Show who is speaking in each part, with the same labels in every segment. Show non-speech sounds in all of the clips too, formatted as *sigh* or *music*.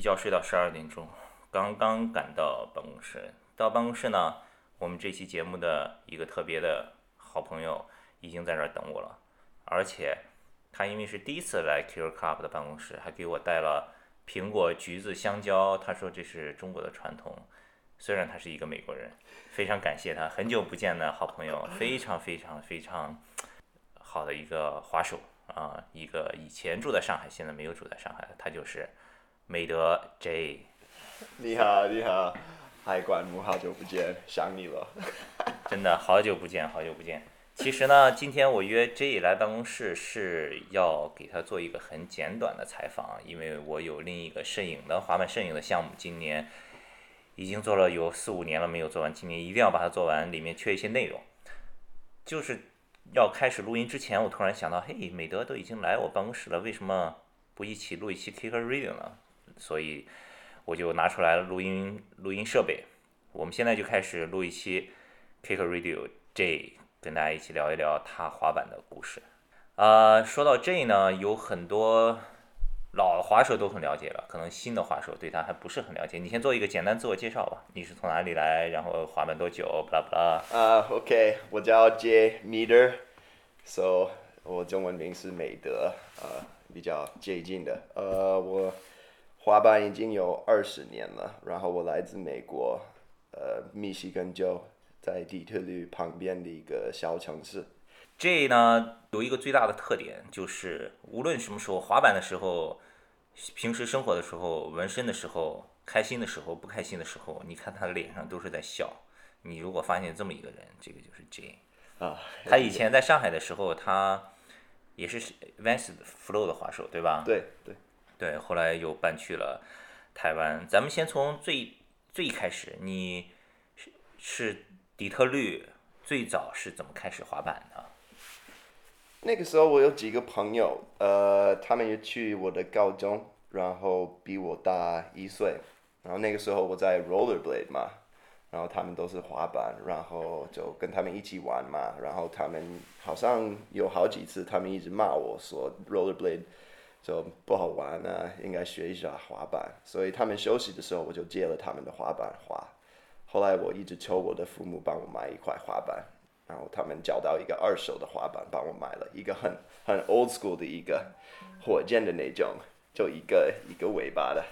Speaker 1: 觉睡到十二点钟，刚刚赶到办公室。到办公室呢，我们这期节目的一个特别的好朋友已经在这儿等我了，而且他因为是第一次来 Q Club 的办公室，还给我带了苹果、橘子、香蕉。他说这是中国的传统，虽然他是一个美国人，非常感谢他，很久不见的好朋友，非常非常非常好的一个滑手啊、一个以前住在上海，现在没有住在上海，他就是美德 J。
Speaker 2: 你好，你好，海关木，好久不见，想你了。
Speaker 1: 真的好久不见，好久不见。其实呢，今天我约 J 来办公室是要给他做一个很简短的采访，因为我有另一个摄影的滑板摄影的项目，今年已经做了有四五年了没有做完，今年一定要把它做完，里面缺一些内容。就是要开始录音之前，我突然想到，嘿，美德都已经来我办公室了，为什么不一起录一期 Kicker Radio 呢？所以我就拿出来了录音录音设备，我们现在就开始录一期 Kicker Radio J，跟大家一起聊一聊他滑板的故事。呃，说到 J 呢，有很多老滑手都很了解了，可能新的滑手对他还不是很了解。你先做一个简单自我介绍吧，你是从哪里来，然后滑板多久，巴拉巴拉。
Speaker 2: 啊、o k 我叫 J Meter，so 我中文名是美德，呃，比较接近的。呃，我滑板已经有二十年了，然后我来自美国，呃，密西根州，在底特律旁边的一个小城市。
Speaker 1: J 呢有一个最大的特点，就是无论什么时候滑板的时候，平时生活的时候，纹身的时候，开心的时候，不开心的时候，你看他的脸上都是在笑。你如果发现这么一个人，这个就是 J。
Speaker 2: 啊，
Speaker 1: 他以前在上海的时候，他也是 Vans Flow 的滑手，对吧？
Speaker 2: 对对，
Speaker 1: 对，后来又搬去了台湾。咱们先从最最一开始，你是是底特律最早是怎么开始滑板的？
Speaker 2: 那个时候我有几个朋友，呃，他们也去我的高中，然后比我大一岁，然后那个时候我在 rollerblade 嘛，然后他们都是滑板，然后就跟他们一起玩嘛，然后他们好像有好几次他们一直骂我说 rollerblade 就不好玩啊，应该学一下滑板，所以他们休息的时候我就借了他们的滑板滑，后来我一直求我的父母帮我买一块滑板，然后他们找到一个二手的滑板帮我买了一个很很 old school 的一个火箭的那种，就一个一个尾巴的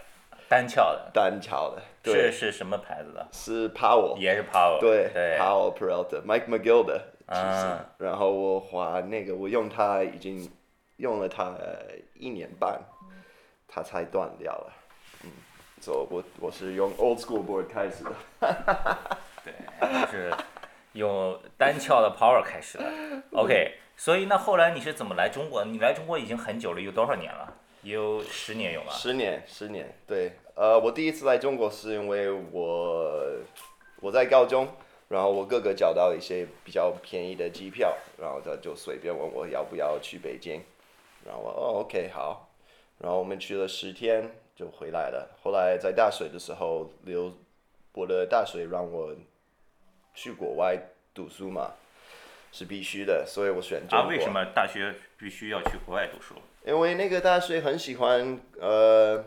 Speaker 1: 单翘的，
Speaker 2: 单桥的，
Speaker 1: 是
Speaker 2: 对，
Speaker 1: 是什么牌子的？
Speaker 2: 是 Powell，
Speaker 1: 也是 Power。
Speaker 2: 对
Speaker 1: 对
Speaker 2: p。o w e l Peralta、Mike McGill 的其实，
Speaker 1: 啊
Speaker 2: 然后我滑那个，我用它已经用了它呃一年半，它才断掉了。嗯，所以我我是用 old school board 开始的。
Speaker 1: 就是用单翘的 power 开
Speaker 2: *laughs*
Speaker 1: 始的。OK，所以那后来你是怎么来中国？你来中国已经很久了，有多少年了？也有十年有吧？
Speaker 2: 十年，十年，对，呃，我第一次来中国是因为我我在高中，然后我哥哥找到一些比较便宜的机票，然后他就随便问我要不要去北京，然后我哦，OK，好，然后我们去了十天就回来了。后来在大学的时候留，我的大学让我去国外读书嘛，是必须的，所以我选中国。
Speaker 1: 啊，为什么大学必须要去国外读书？
Speaker 2: 因为那个大学很喜欢呃，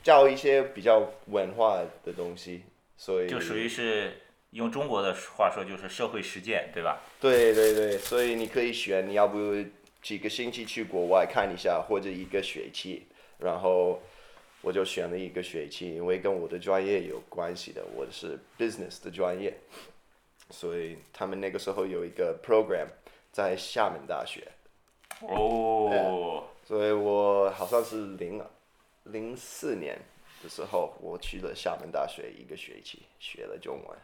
Speaker 2: 教一些比较文化的东西，所以
Speaker 1: 就属于是用中国的话说，就是社会实践，对吧？
Speaker 2: 对对对，所以你可以选，你要不几个星期去国外看一下，或者一个学期，然后我就选了一个学期，因为跟我的专业有关系的，我是 business 的专业，所以他们那个时候有一个 program 在厦门大学，
Speaker 1: 哦，
Speaker 2: 所以我好像是零啊零四年的时候，我去了厦门大学一个学期，学了中文，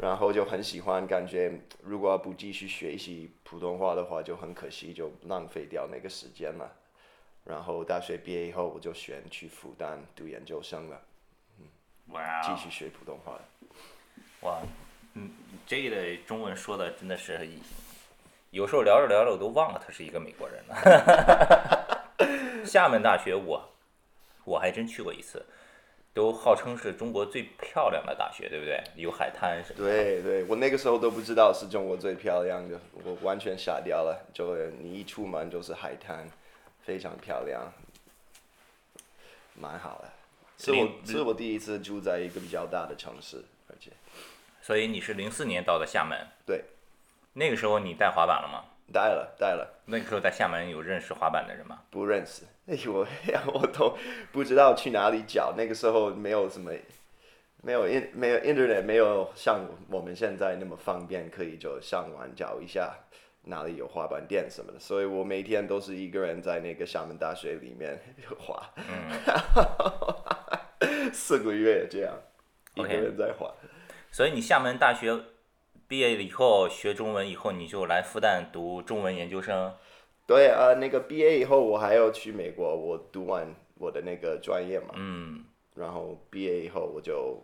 Speaker 2: 然后就很喜欢，感觉如果不继续学习普通话的话，就很可惜，就浪费掉那个时间了。然后大学毕业以后，我就选去复旦读研究生了，
Speaker 1: 哇
Speaker 2: 继
Speaker 1: 哦，
Speaker 2: 续学普通话。
Speaker 1: 哇，嗯，J 的中文说的真的是，有时候聊着聊着我都忘了他是一个美国人了。 *laughs* 厦门大学我我还真去过一次，都号称是中国最漂亮的大学，对不对？有海滩什么的。
Speaker 2: 对对，我那个时候都不知道是中国最漂亮的，我完全傻掉了。就你一出门就是海滩，非常漂亮。蛮好的，是
Speaker 1: 零
Speaker 2: 我是我第一次住在一个比较大的城市，而且
Speaker 1: 所以你是零四年到的厦门，
Speaker 2: 对，
Speaker 1: 那个时候你带滑板了吗？
Speaker 2: 呆了呆了。
Speaker 1: 那个时候在厦门有认识滑板的人吗？
Speaker 2: 不认识， *laughs* 哎我我都不知道去哪里找。那个时候没有什么，没有 in 没有 internet，没有像我们现在那么方便，可以就上网找一下哪里有滑板店什么的。所以我每天都是一个人在那个厦门大学里面滑，
Speaker 1: 嗯
Speaker 2: 四个月这样，一个
Speaker 1: OK
Speaker 2: 人在滑。
Speaker 1: 所以你厦门大学毕业了以后学中文以后，你就来复旦读中文研究生。
Speaker 2: 对啊、呃那个毕业以后我还要去美国，我读完我的那个专业嘛，
Speaker 1: 嗯，
Speaker 2: 然后毕业以后我就，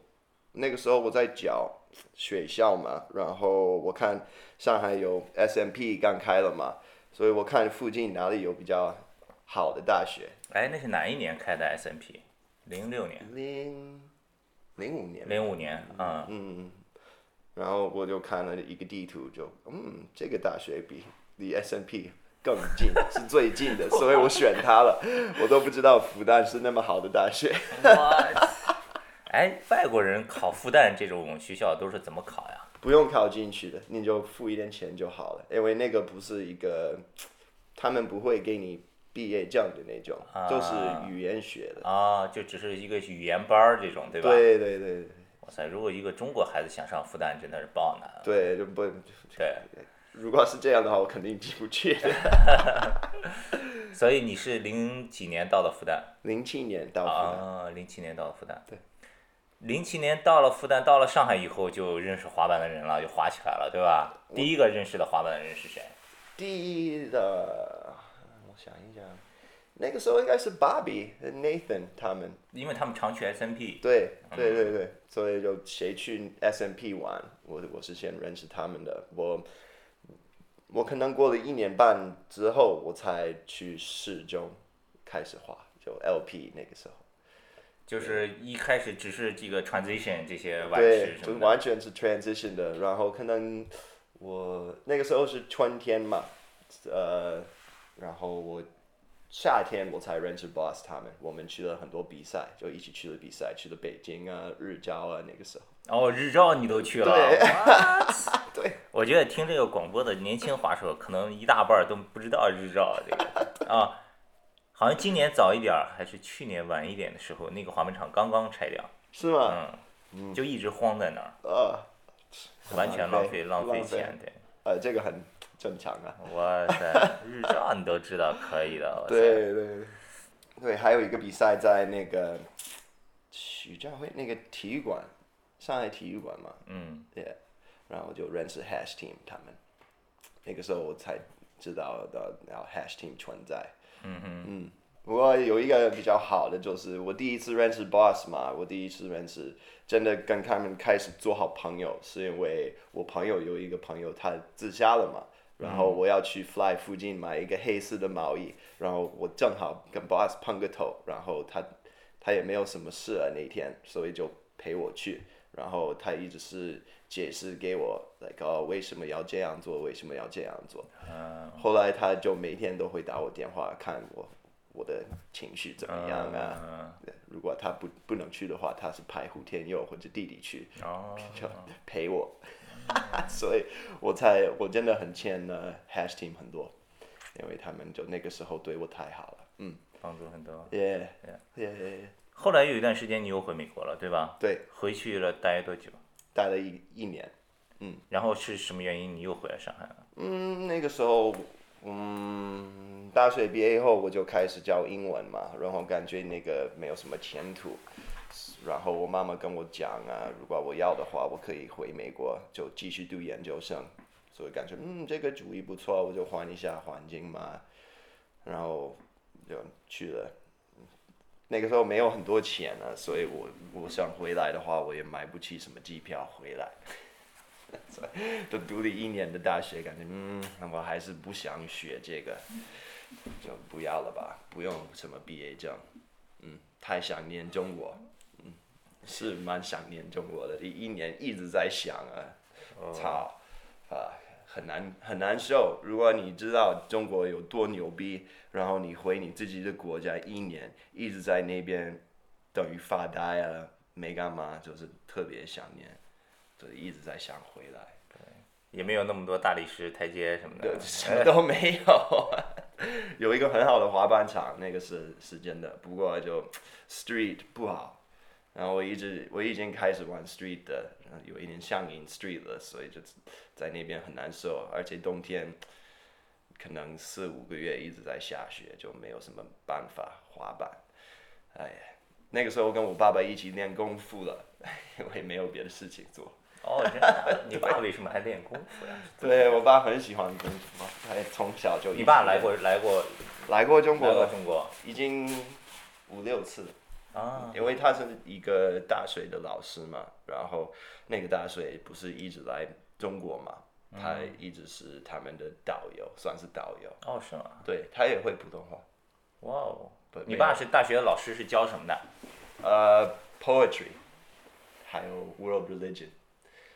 Speaker 2: 那个时候我在找学校嘛，然后我看上海有 S M P 刚开了嘛，所以我看附近哪里有比较好的大学，
Speaker 1: 哎，那是哪一年开的 S M P？零六年、
Speaker 2: 零零五年，
Speaker 1: 零五年，嗯，
Speaker 2: 嗯，然后我就看了一个地图就，嗯，这个大学比离 S M P 更近，是最近的，所以我选它了，我都不知道复旦是那么好的大学。
Speaker 1: 我， *laughs* 哎，外国人考复旦这种学校都是怎么考呀？
Speaker 2: 不用考进去的，你就付一点钱就好了，因为那个不是一个，他们不会给你毕业证的那种，
Speaker 1: 啊
Speaker 2: 都是语言学的。
Speaker 1: 啊，就只是一个语言班儿这种，对吧？
Speaker 2: 对对对对
Speaker 1: 哇塞，如果一个中国孩子想上复旦，真的是爆难。
Speaker 2: 对，就不，
Speaker 1: 对，
Speaker 2: 如果是这样的话，我肯定进不去。
Speaker 1: 所以你是零几年到的复旦？
Speaker 2: *laughs* 零七年到复旦，
Speaker 1: 啊，零七年到了复旦。
Speaker 2: 对。
Speaker 1: 零七年到了复旦，到了上海以后就认识滑板的人了，就滑起来了，对吧？第一个认识的滑板的人是谁？
Speaker 2: 第一的，我想一想，那个时候应该是 Bobby、Nathan 他们，
Speaker 1: 因为他们常去 SMP。
Speaker 2: 对
Speaker 1: 嗯
Speaker 2: 对对对，所以就谁去 S M P 玩，我我是先认识他们的，我我可能过了一年半之后，我才去市中开始滑，就 L P 那个时候，
Speaker 1: 就是一开始只是这个 transition 这些玩
Speaker 2: 对
Speaker 1: 式，什
Speaker 2: 就
Speaker 1: 么的。
Speaker 2: 完全是 transition 的，然后可能我那个时候是春天嘛，呃，然后我。夏天我才认识 Boss 他们，我们去了很多比赛，就一起去了比赛，去了北京啊、日交啊，那个时候。
Speaker 1: 哦，日照你都去了。
Speaker 2: 对
Speaker 1: What？
Speaker 2: *laughs* 对。
Speaker 1: 我觉得听这个广播的年轻滑手，可能一大半儿都不知道日照这个啊。好像今年早一点儿，还是去年晚一点的时候，那个滑板场刚刚拆掉，
Speaker 2: 是吗？
Speaker 1: 嗯，就一直荒在那儿。
Speaker 2: 呃，
Speaker 1: 完全浪费
Speaker 2: 浪
Speaker 1: 费钱，对。
Speaker 2: 呃，这个很正常啊。
Speaker 1: 哇塞，日照你都知道可以的，哇塞，
Speaker 2: 对对对，还有一个比赛在那个徐家汇那个体育馆，上海体育馆嘛，
Speaker 1: 嗯，
Speaker 2: 对，然后就认识 Hash Team 他们，那个时候我才知道的，然后 Hash Team 存在。嗯嗯。我有一个比较好的，就是我第一次认识 Boss 嘛，我第一次认识，真的跟他们开始做好朋友，是因为我朋友有一个朋友他自杀了嘛，然后我要去 Fly 附近买一个黑色的毛衣，然后我正好跟 Boss 碰个头，然后他他也没有什么事啊那天，所以就陪我去，然后他一直是解释给我，like 哦为什么要这样做，为什么要这样做，后来他就每天都会打我电话，看我我的情绪怎
Speaker 1: 嗯
Speaker 2: 么样啊。对如果他不不能去的话，他是排虎天佑或者弟弟去，
Speaker 1: 哦，
Speaker 2: 就陪我。 *laughs* 所以我才我真的很欠呃 Hash Team 很多，因为他们就那个时候对我太好了。嗯
Speaker 1: 帮助很多。
Speaker 2: 耶耶耶，
Speaker 1: 后来有一段时间你又回美国了，对吧？
Speaker 2: 对，
Speaker 1: 回去了待多久？
Speaker 2: 待了一一年。
Speaker 1: 然后是什么原因你又回来上海了？
Speaker 2: 嗯，那个时候，嗯，大学毕业以后我就开始教英文嘛，然后感觉那个没有什么前途，然后我妈妈跟我讲啊，如果我要的话，我可以回美国就继续读研究生，所以感觉嗯这个主意不错，我就换一下环境嘛，然后就去了。那个时候没有很多钱啊，所以我我想回来的话，我也买不起什么机票回来。都读了一年的大学，感觉嗯，我还是不想学这个，就不要了吧，不用什么毕业证，嗯，太想念中国，嗯，是蛮想念中国的，一一年一直在想啊，操，啊，很难很难受。如果你知道中国有多牛逼，然后你回你自己的国家一年，一直在那边等于发呆啊，没干嘛，就是特别想念，就是一直在想回来。
Speaker 1: 也没有那么多大理石台阶什么的
Speaker 2: 对，。什么都没有。 *laughs* 有一个很好的滑板场，那个是是真的，不过就 street 不好。然后我一直我已经开始玩 street 的，呃有一点上瘾 street 了，所以就在那边很难受，而且冬天可能四五个月一直在下雪，就没有什么办法滑板。哎呀，那个时候我跟我爸爸一起练功夫了， *laughs* 因为没有别的事情做。
Speaker 1: 哦，真的？你爸为什么还练功夫呀？
Speaker 2: *laughs* 对我爸很喜欢功夫嘛，他也从小就
Speaker 1: 你
Speaker 2: 一直
Speaker 1: 爸来
Speaker 2: 练
Speaker 1: 过来过
Speaker 2: 来过中国
Speaker 1: 来过
Speaker 2: 了，
Speaker 1: 中国
Speaker 2: 已经五六次了。
Speaker 1: 啊？
Speaker 2: 因为他是一个大学的老师嘛，然后那个大学不是一直来中国嘛，
Speaker 1: 嗯
Speaker 2: 他一直是他们的导游，算是导游。
Speaker 1: 哦，是吗？
Speaker 2: 对他也会普通话，
Speaker 1: 哇哦
Speaker 2: 不！
Speaker 1: 你
Speaker 2: 没
Speaker 1: 爸
Speaker 2: 有
Speaker 1: 是大学的老师，是教什么的？
Speaker 2: 呃，poetry，还有 world religion，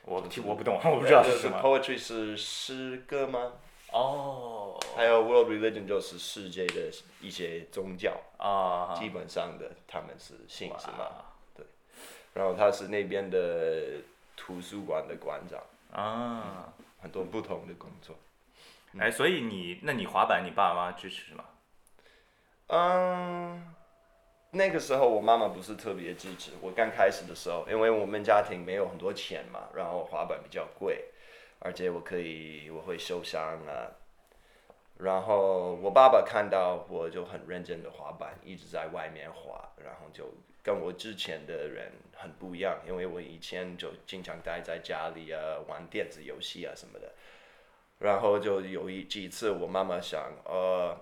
Speaker 1: 我我不懂，我不知道
Speaker 2: 就是是
Speaker 1: 什么。
Speaker 2: poetry 是诗歌吗？
Speaker 1: 哦
Speaker 2: 还有 world religion 就是世界的一些宗教。
Speaker 1: 啊，
Speaker 2: 基本上的他们是信是
Speaker 1: 哇
Speaker 2: 吗？对，然后他是那边的图书馆的馆长，
Speaker 1: 啊，
Speaker 2: 很多不同的工作。
Speaker 1: 哎，所以你那你滑板，你爸妈支持吗？
Speaker 2: 嗯，那个时候我妈妈不是特别支持。我刚开始的时候，因为我们家庭没有很多钱嘛，然后滑板比较贵，而且我可以我会受伤啊。然后我爸爸看到我就很认真的滑板，一直在外面滑，然后就跟我之前的人很不一样，因为我以前就经常待在家里啊，玩电子游戏啊什么的。然后就有一几次，我妈妈想，呃，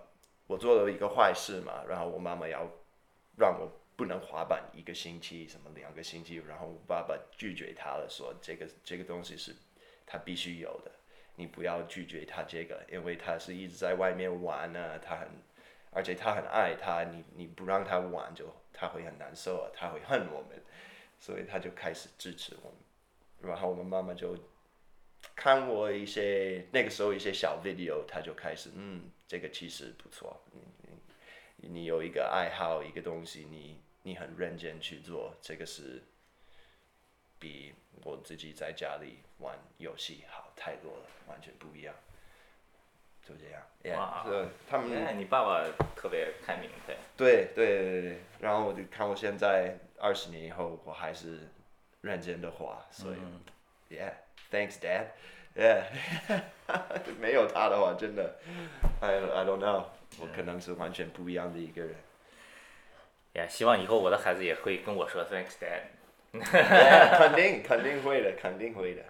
Speaker 2: 我做了一个坏事嘛，然后我妈妈要让我不能滑板一个星期，什么两个星期，然后我爸爸拒绝他了，说这个这个东西是他必须有的，你不要拒绝他这个，因为他是一直在外面玩啊，他很，而且他很爱他，你你不让他玩就他会很难受啊，他会恨我们，所以他就开始支持我们，然后我们妈妈就看我一些那个时候一些小 video，他就开始嗯，这个其实不错，你你你有一个爱好一个东西，你你很认真去做，这个是比我自己在家里玩游戏好太多了，完全不一样。就这样
Speaker 1: 哇
Speaker 2: ，yeah, 是他们
Speaker 1: 哎，你爸爸特别开明，对。
Speaker 2: 对对对对，然后我就看我现在二十年以后，我还是认真的滑，所以、y e a h t h a n k s Dad，Yeah，没有他的话，真的，I I don't know，我可能是完全不一样的一个人。
Speaker 1: 哎呀，希望以后我的孩子也会跟我说 thanks dad。
Speaker 2: Yeah，肯定肯定会的，肯定会的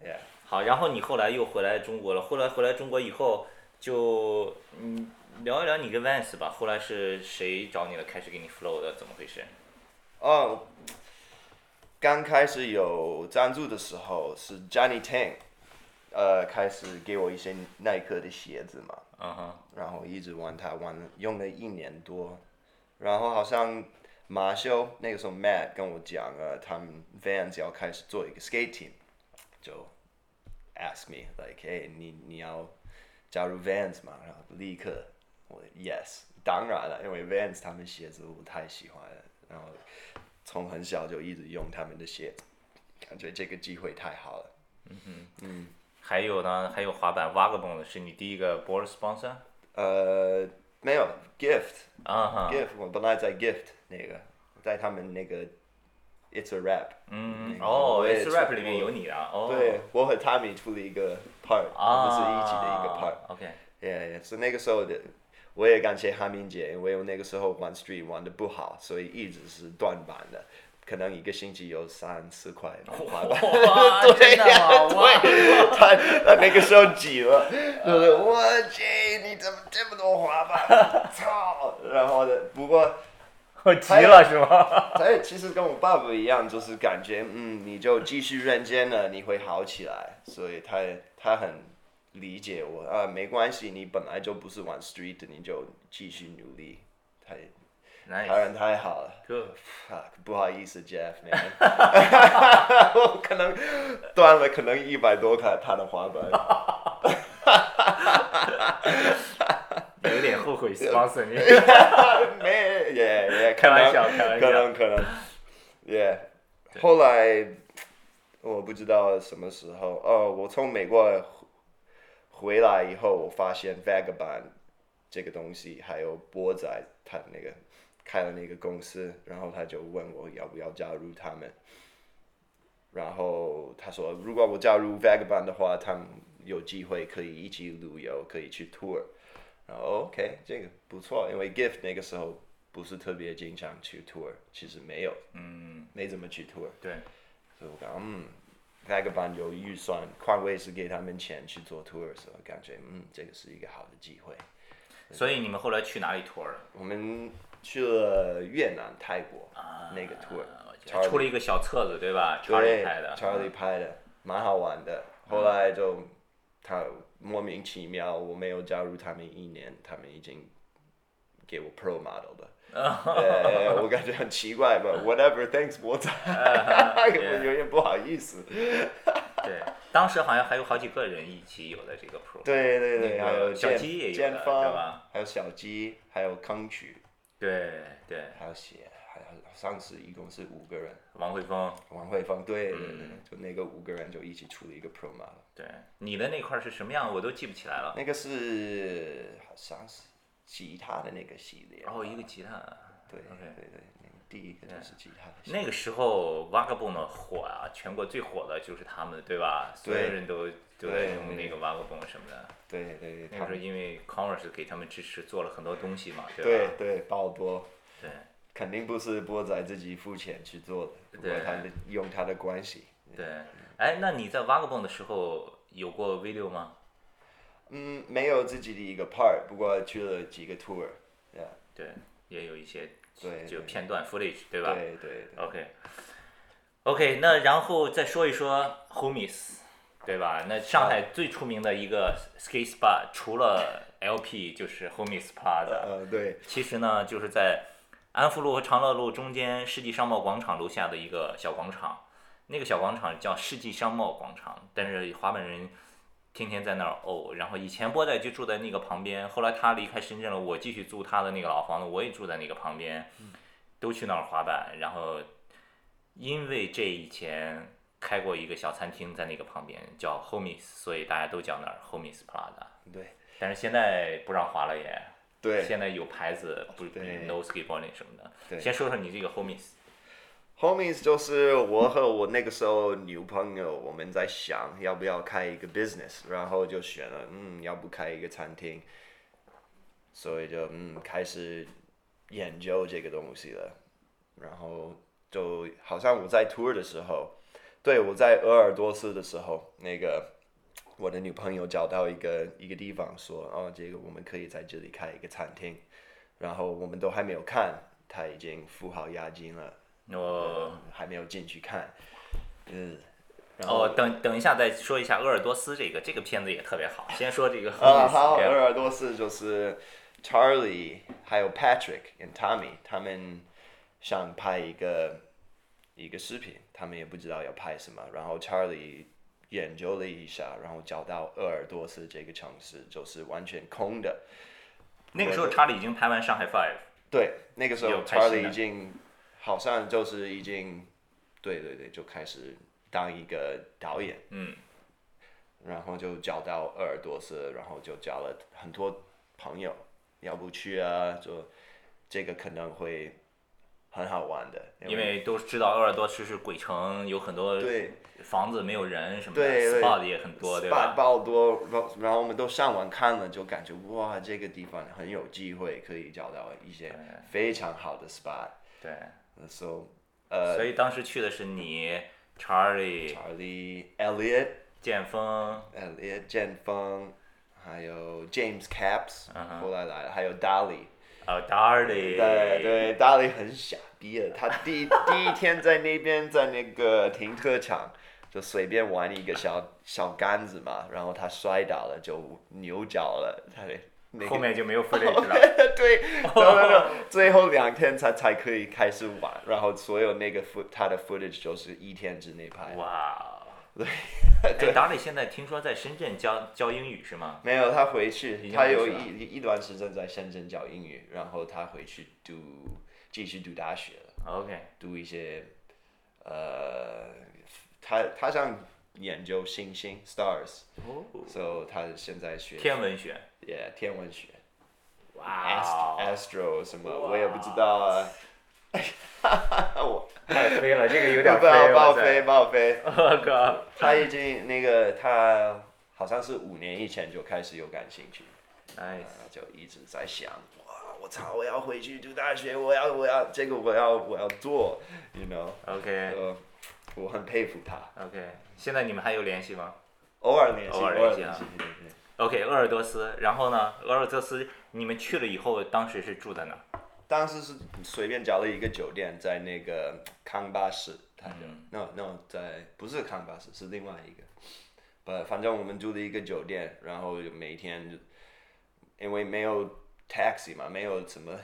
Speaker 2: ，Yeah，
Speaker 1: 嗯好，然后你后来又回来中国了，后来回来中国以后就嗯聊一聊你跟 Vans 吧，后来是谁找你了，开始给你 flow 的，怎么回事？
Speaker 2: 哦、刚开始有赞助的时候是 Johnny Tang，呃，开始给我一些耐克的鞋子嘛。
Speaker 1: 嗯哼，
Speaker 2: 然后一直玩它，玩了用了一年多，然后好像马修那个时候 Matt 跟我讲呃，他们 Vans 要开始做一个 skate team，就 ask me like hey 你你要加入 Vans 嘛，然后立刻我 yes 当然了，因为 Vans 他们鞋子我太喜欢了，然后从很小就一直用他们的鞋，感觉这个机会太好了。
Speaker 1: 还有呢，还有滑板 Vagabond 是你第一个 board sponsor？
Speaker 2: 呃，没有 gift
Speaker 1: 啊哈，
Speaker 2: Gift，我本来在 Gift 那个，在他们那个 It's a Rap，
Speaker 1: 嗯
Speaker 2: 那，个
Speaker 1: 哦
Speaker 2: 我也
Speaker 1: Mm-hmm. Oh, ，It's Rap
Speaker 2: 出
Speaker 1: 里面有你的，哦，
Speaker 2: 对我和 Tommy 出了一个 part，、
Speaker 1: 啊，
Speaker 2: 我们是一起的
Speaker 1: Ah.
Speaker 2: 一个 part。
Speaker 1: OK，
Speaker 2: Yeah，是那个时候的，我也感谢哈明姐，因为我那个时候玩 Street 玩的不好，所以一直是断板的，可能一个星期有三四块
Speaker 1: *laughs*
Speaker 2: 滑板。 *laughs*
Speaker 1: 哇，真的吗？哇，
Speaker 2: 他他那个时候挤了，就是我去，你怎么这么多滑板？
Speaker 1: *laughs*
Speaker 2: 操！然后呢，不过。
Speaker 1: 我急了是吗？ *laughs*
Speaker 2: *laughs* 哎，其实跟我爸爸一样，就是感觉，嗯，你就继续认真了，你会好起来。所以他他很理解我啊，没关系，你本来就不是玩 street，的，你就继续努力。他他
Speaker 1: Nice，
Speaker 2: 人太好了
Speaker 1: good，
Speaker 2: ，fuck，不好意思，Jeff，man *laughs* 我可能断了可能一百多块他的滑板。
Speaker 1: 有点后悔 sponsor 你，
Speaker 2: *laughs* 没也也
Speaker 1: *laughs* 开玩笑，开玩
Speaker 2: 可
Speaker 1: 笑。
Speaker 2: 能可能，也、后来我不知道什么时候哦，我从美国回来以后，我发现 Vagabond 这个东西，还有波仔他那个开了那个公司，然后他就问我要不要加入他们，然后他说如果我加入 Vagabond 的话，他们有机会可以一起旅游，可以去 tour。然后哦 OK，这个不错，因为 Gift 那个时候不是特别经常去 tour，其实没有，嗯，没怎么去 tour，
Speaker 1: 对，
Speaker 2: 所以我感觉嗯，那个班有预算，匡威是给他们钱去做 tour 的时候，感觉嗯，这个是一个好的机会。
Speaker 1: 所以你们后来去哪里 tour 了？
Speaker 2: 我们去了越南、泰国、
Speaker 1: 啊
Speaker 2: 那个 tour，
Speaker 1: 还出了一个小册子，对吧？查理
Speaker 2: 对
Speaker 1: 拍的。嗯
Speaker 2: ，Charlie 拍的，蛮好玩的。后来就他莫名其妙，我没有加入他们一年，他们已经给我 pro model 了。
Speaker 1: 哦
Speaker 2: 呃，我感觉很奇怪
Speaker 1: *laughs*
Speaker 2: 吧，whatever，thanks，我在，
Speaker 1: Uh-huh.
Speaker 2: *laughs* 我有点不好意思。
Speaker 1: 对，当时好像还有好几个人一起有的这个 pro。
Speaker 2: 对对对，
Speaker 1: 那个
Speaker 2: 还有
Speaker 1: 小
Speaker 2: 剑
Speaker 1: 鸡也有
Speaker 2: 剑
Speaker 1: 的对
Speaker 2: 方
Speaker 1: 吧，
Speaker 2: 还有小鸡，还有康曲，
Speaker 1: 对对，
Speaker 2: 还有血，还有上次一共是五个人，
Speaker 1: 王慧峰，
Speaker 2: 王慧芳，对对对，
Speaker 1: 嗯
Speaker 2: 就那个五个人就一起出了一个 pro model。
Speaker 1: 对你的那块儿是什么样，我都记不起来了。
Speaker 2: 那个是好像是吉他的那个系列，
Speaker 1: 然后一个吉他，
Speaker 2: 对对
Speaker 1: 哦 OK
Speaker 2: 对，那个第一个就是吉他的系列。
Speaker 1: 那个时候 Vagabond 火啊，全国最火的就是他们，对吧？所有
Speaker 2: 对
Speaker 1: 人都都在用那个 Vagabond 什么的。
Speaker 2: 对对对，
Speaker 1: 那个时啊
Speaker 2: 他
Speaker 1: 候
Speaker 2: 们
Speaker 1: 因为 Converse 给他们支持，做了很多东西嘛，
Speaker 2: 对
Speaker 1: 吧？
Speaker 2: 对爆多，
Speaker 1: 对
Speaker 2: 肯定不是波仔自己付钱去做的，不过
Speaker 1: 对
Speaker 2: 他的用他的关系。
Speaker 1: 对。哎，那你在 Vagabond 的时候有过 video 吗？
Speaker 2: 嗯，没有自己的一个 part，不过去了几个 tour，yeah，
Speaker 1: 对，也有一些
Speaker 2: 对
Speaker 1: 就
Speaker 2: 对
Speaker 1: 片段 footage，对吧？
Speaker 2: 对对对。
Speaker 1: OK，OK，、那然后再说一说 Homies，对吧？那上海最出名的一个 skate spot，除了 LP 就是 Homies Plaza。
Speaker 2: 呃，对，
Speaker 1: 其实呢，就是在安福路和长乐路中间世纪商贸广场楼下的一个小广场，那个小广场叫世纪商贸广场，但是滑板人天天在那儿哦。然后以前波仔就住在那个旁边，后来他离开深圳了，我继续租他的那个老房子，我也住在那个旁边，都去那儿滑板。然后因为这以前开过一个小餐厅在那个旁边叫 Homies，所以大家都叫那儿 Homies Plaza。
Speaker 2: 对，
Speaker 1: 但是现在不让滑了也。
Speaker 2: 对
Speaker 1: 现在有牌子不
Speaker 2: 对
Speaker 1: no skateboarding 什么的。
Speaker 2: 对
Speaker 1: 先说说你这个 homies，
Speaker 2: ，homies 就是我和我那个时候女朋友，我们在想要不要开一个 business，然后就选了，嗯，要不开一个餐厅，所以就嗯开始研究这个东西了，然后就好像我在 tour 的时候，对我在鄂尔多斯的时候，那个我的女朋友找到一个一个地方说，哦，这个我们可以在这里开一个餐厅，然后我们都还没有看，她已经付好押金了。
Speaker 1: 我
Speaker 2: 还没有进去看，嗯，然后
Speaker 1: 哦，等等一下再说一下鄂尔多斯这个这个片子也特别
Speaker 2: *laughs*
Speaker 1: 好。先说这个哎
Speaker 2: 啊，好，
Speaker 1: homies，
Speaker 2: 鄂
Speaker 1: 对
Speaker 2: 尔多斯就是 Charlie 还有 Patrick 跟 Tommy 他们想拍一个一个视频，他们也不知道要拍什么，然后 Charlie 研究了一下，然后找到鄂尔多斯这个城市就是完全空的，
Speaker 1: 那个时候查理已经拍完上海 Five，
Speaker 2: 对，那个时
Speaker 1: 有
Speaker 2: 候
Speaker 1: 开始
Speaker 2: Charlie
Speaker 1: 的
Speaker 2: 已经好像就是已经，对对对，就开始当一个导演，
Speaker 1: 嗯，
Speaker 2: 然后就找到鄂尔多斯，然后就找了很多朋友，要不去啊，就这个可能会很好玩的，
Speaker 1: 因为都知道鄂尔多斯是鬼城，有很多
Speaker 2: 对
Speaker 1: 房子没有人什么的
Speaker 2: 对对
Speaker 1: ，spot 也很多，对
Speaker 2: 八
Speaker 1: 吧？
Speaker 2: 爆多，然后然后我们都上网看了，就感觉哇，这个地方很有机会可以找到一些非常好的 spot，
Speaker 1: 对，
Speaker 2: 那时候呃
Speaker 1: 所以当时去的是你、Charlie、
Speaker 2: ，Charlie Elliot。
Speaker 1: 剑锋，
Speaker 2: 呃，剑锋，还有 James Caps，、后
Speaker 1: Uh-huh
Speaker 2: 来来了，还有 Dolly。
Speaker 1: 呃，Darly，
Speaker 2: 对对，Dolly 很傻逼的，他第第一 *laughs* 天在那边在那个停车场就随便玩一个小小杆子嘛，然后他摔倒了就扭脚了，他的那个
Speaker 1: 后面就没有 footage 了。
Speaker 2: *laughs* 对，没有没有没有，最后两天才才可 *laughs* 以开始玩，然后所有那个 foot 他的 footage 就是一天之内拍的。
Speaker 1: 哇，哦哎，达里现在听说在深圳教教英语是吗？
Speaker 2: 没有，他回去，
Speaker 1: 已经
Speaker 2: 他
Speaker 1: 回
Speaker 2: 有
Speaker 1: 去了
Speaker 2: 一一段时间在深圳教英语，然后他回去读继续读大学了，
Speaker 1: OK，
Speaker 2: 读一些呃，他他想研究星星 stars，
Speaker 1: 哦，
Speaker 2: so 他现在学
Speaker 1: 天文学，
Speaker 2: 也天文学
Speaker 1: 哇哦
Speaker 2: ast astro 什么我也不知道啊， *laughs* 我
Speaker 1: 太飞了，这 *laughs* 个有 *laughs*
Speaker 2: *laughs*
Speaker 1: 点
Speaker 2: 不要报
Speaker 1: 我
Speaker 2: 飞
Speaker 1: 在
Speaker 2: 报飞， *laughs*
Speaker 1: 我靠，
Speaker 2: 他已经那个他好像是五年以前就开始有感兴趣。
Speaker 1: 哎，
Speaker 2: 啊，就一直在想，哇，我操，我要回去读大学，我要我要这个我要我要做，you know，
Speaker 1: OK
Speaker 2: 呃，我很佩服他，
Speaker 1: OK，现在你们还有联系吗
Speaker 2: 偶尔联系，
Speaker 1: 偶
Speaker 2: 偶
Speaker 1: 尔
Speaker 2: 尔
Speaker 1: 联系
Speaker 2: 联
Speaker 1: 啊
Speaker 2: 系，对对对
Speaker 1: ？OK，鄂尔多斯，然后呢？鄂尔多斯，你们去了以后，当时是住在哪儿？
Speaker 2: 当时是随便找了一个酒店，在那个康巴市，他就、
Speaker 1: 嗯
Speaker 2: no no 在不是康巴市，是另外一个，呃，反正我们住的一个酒店，然后每天就因为没有 taxi 嘛，没有什么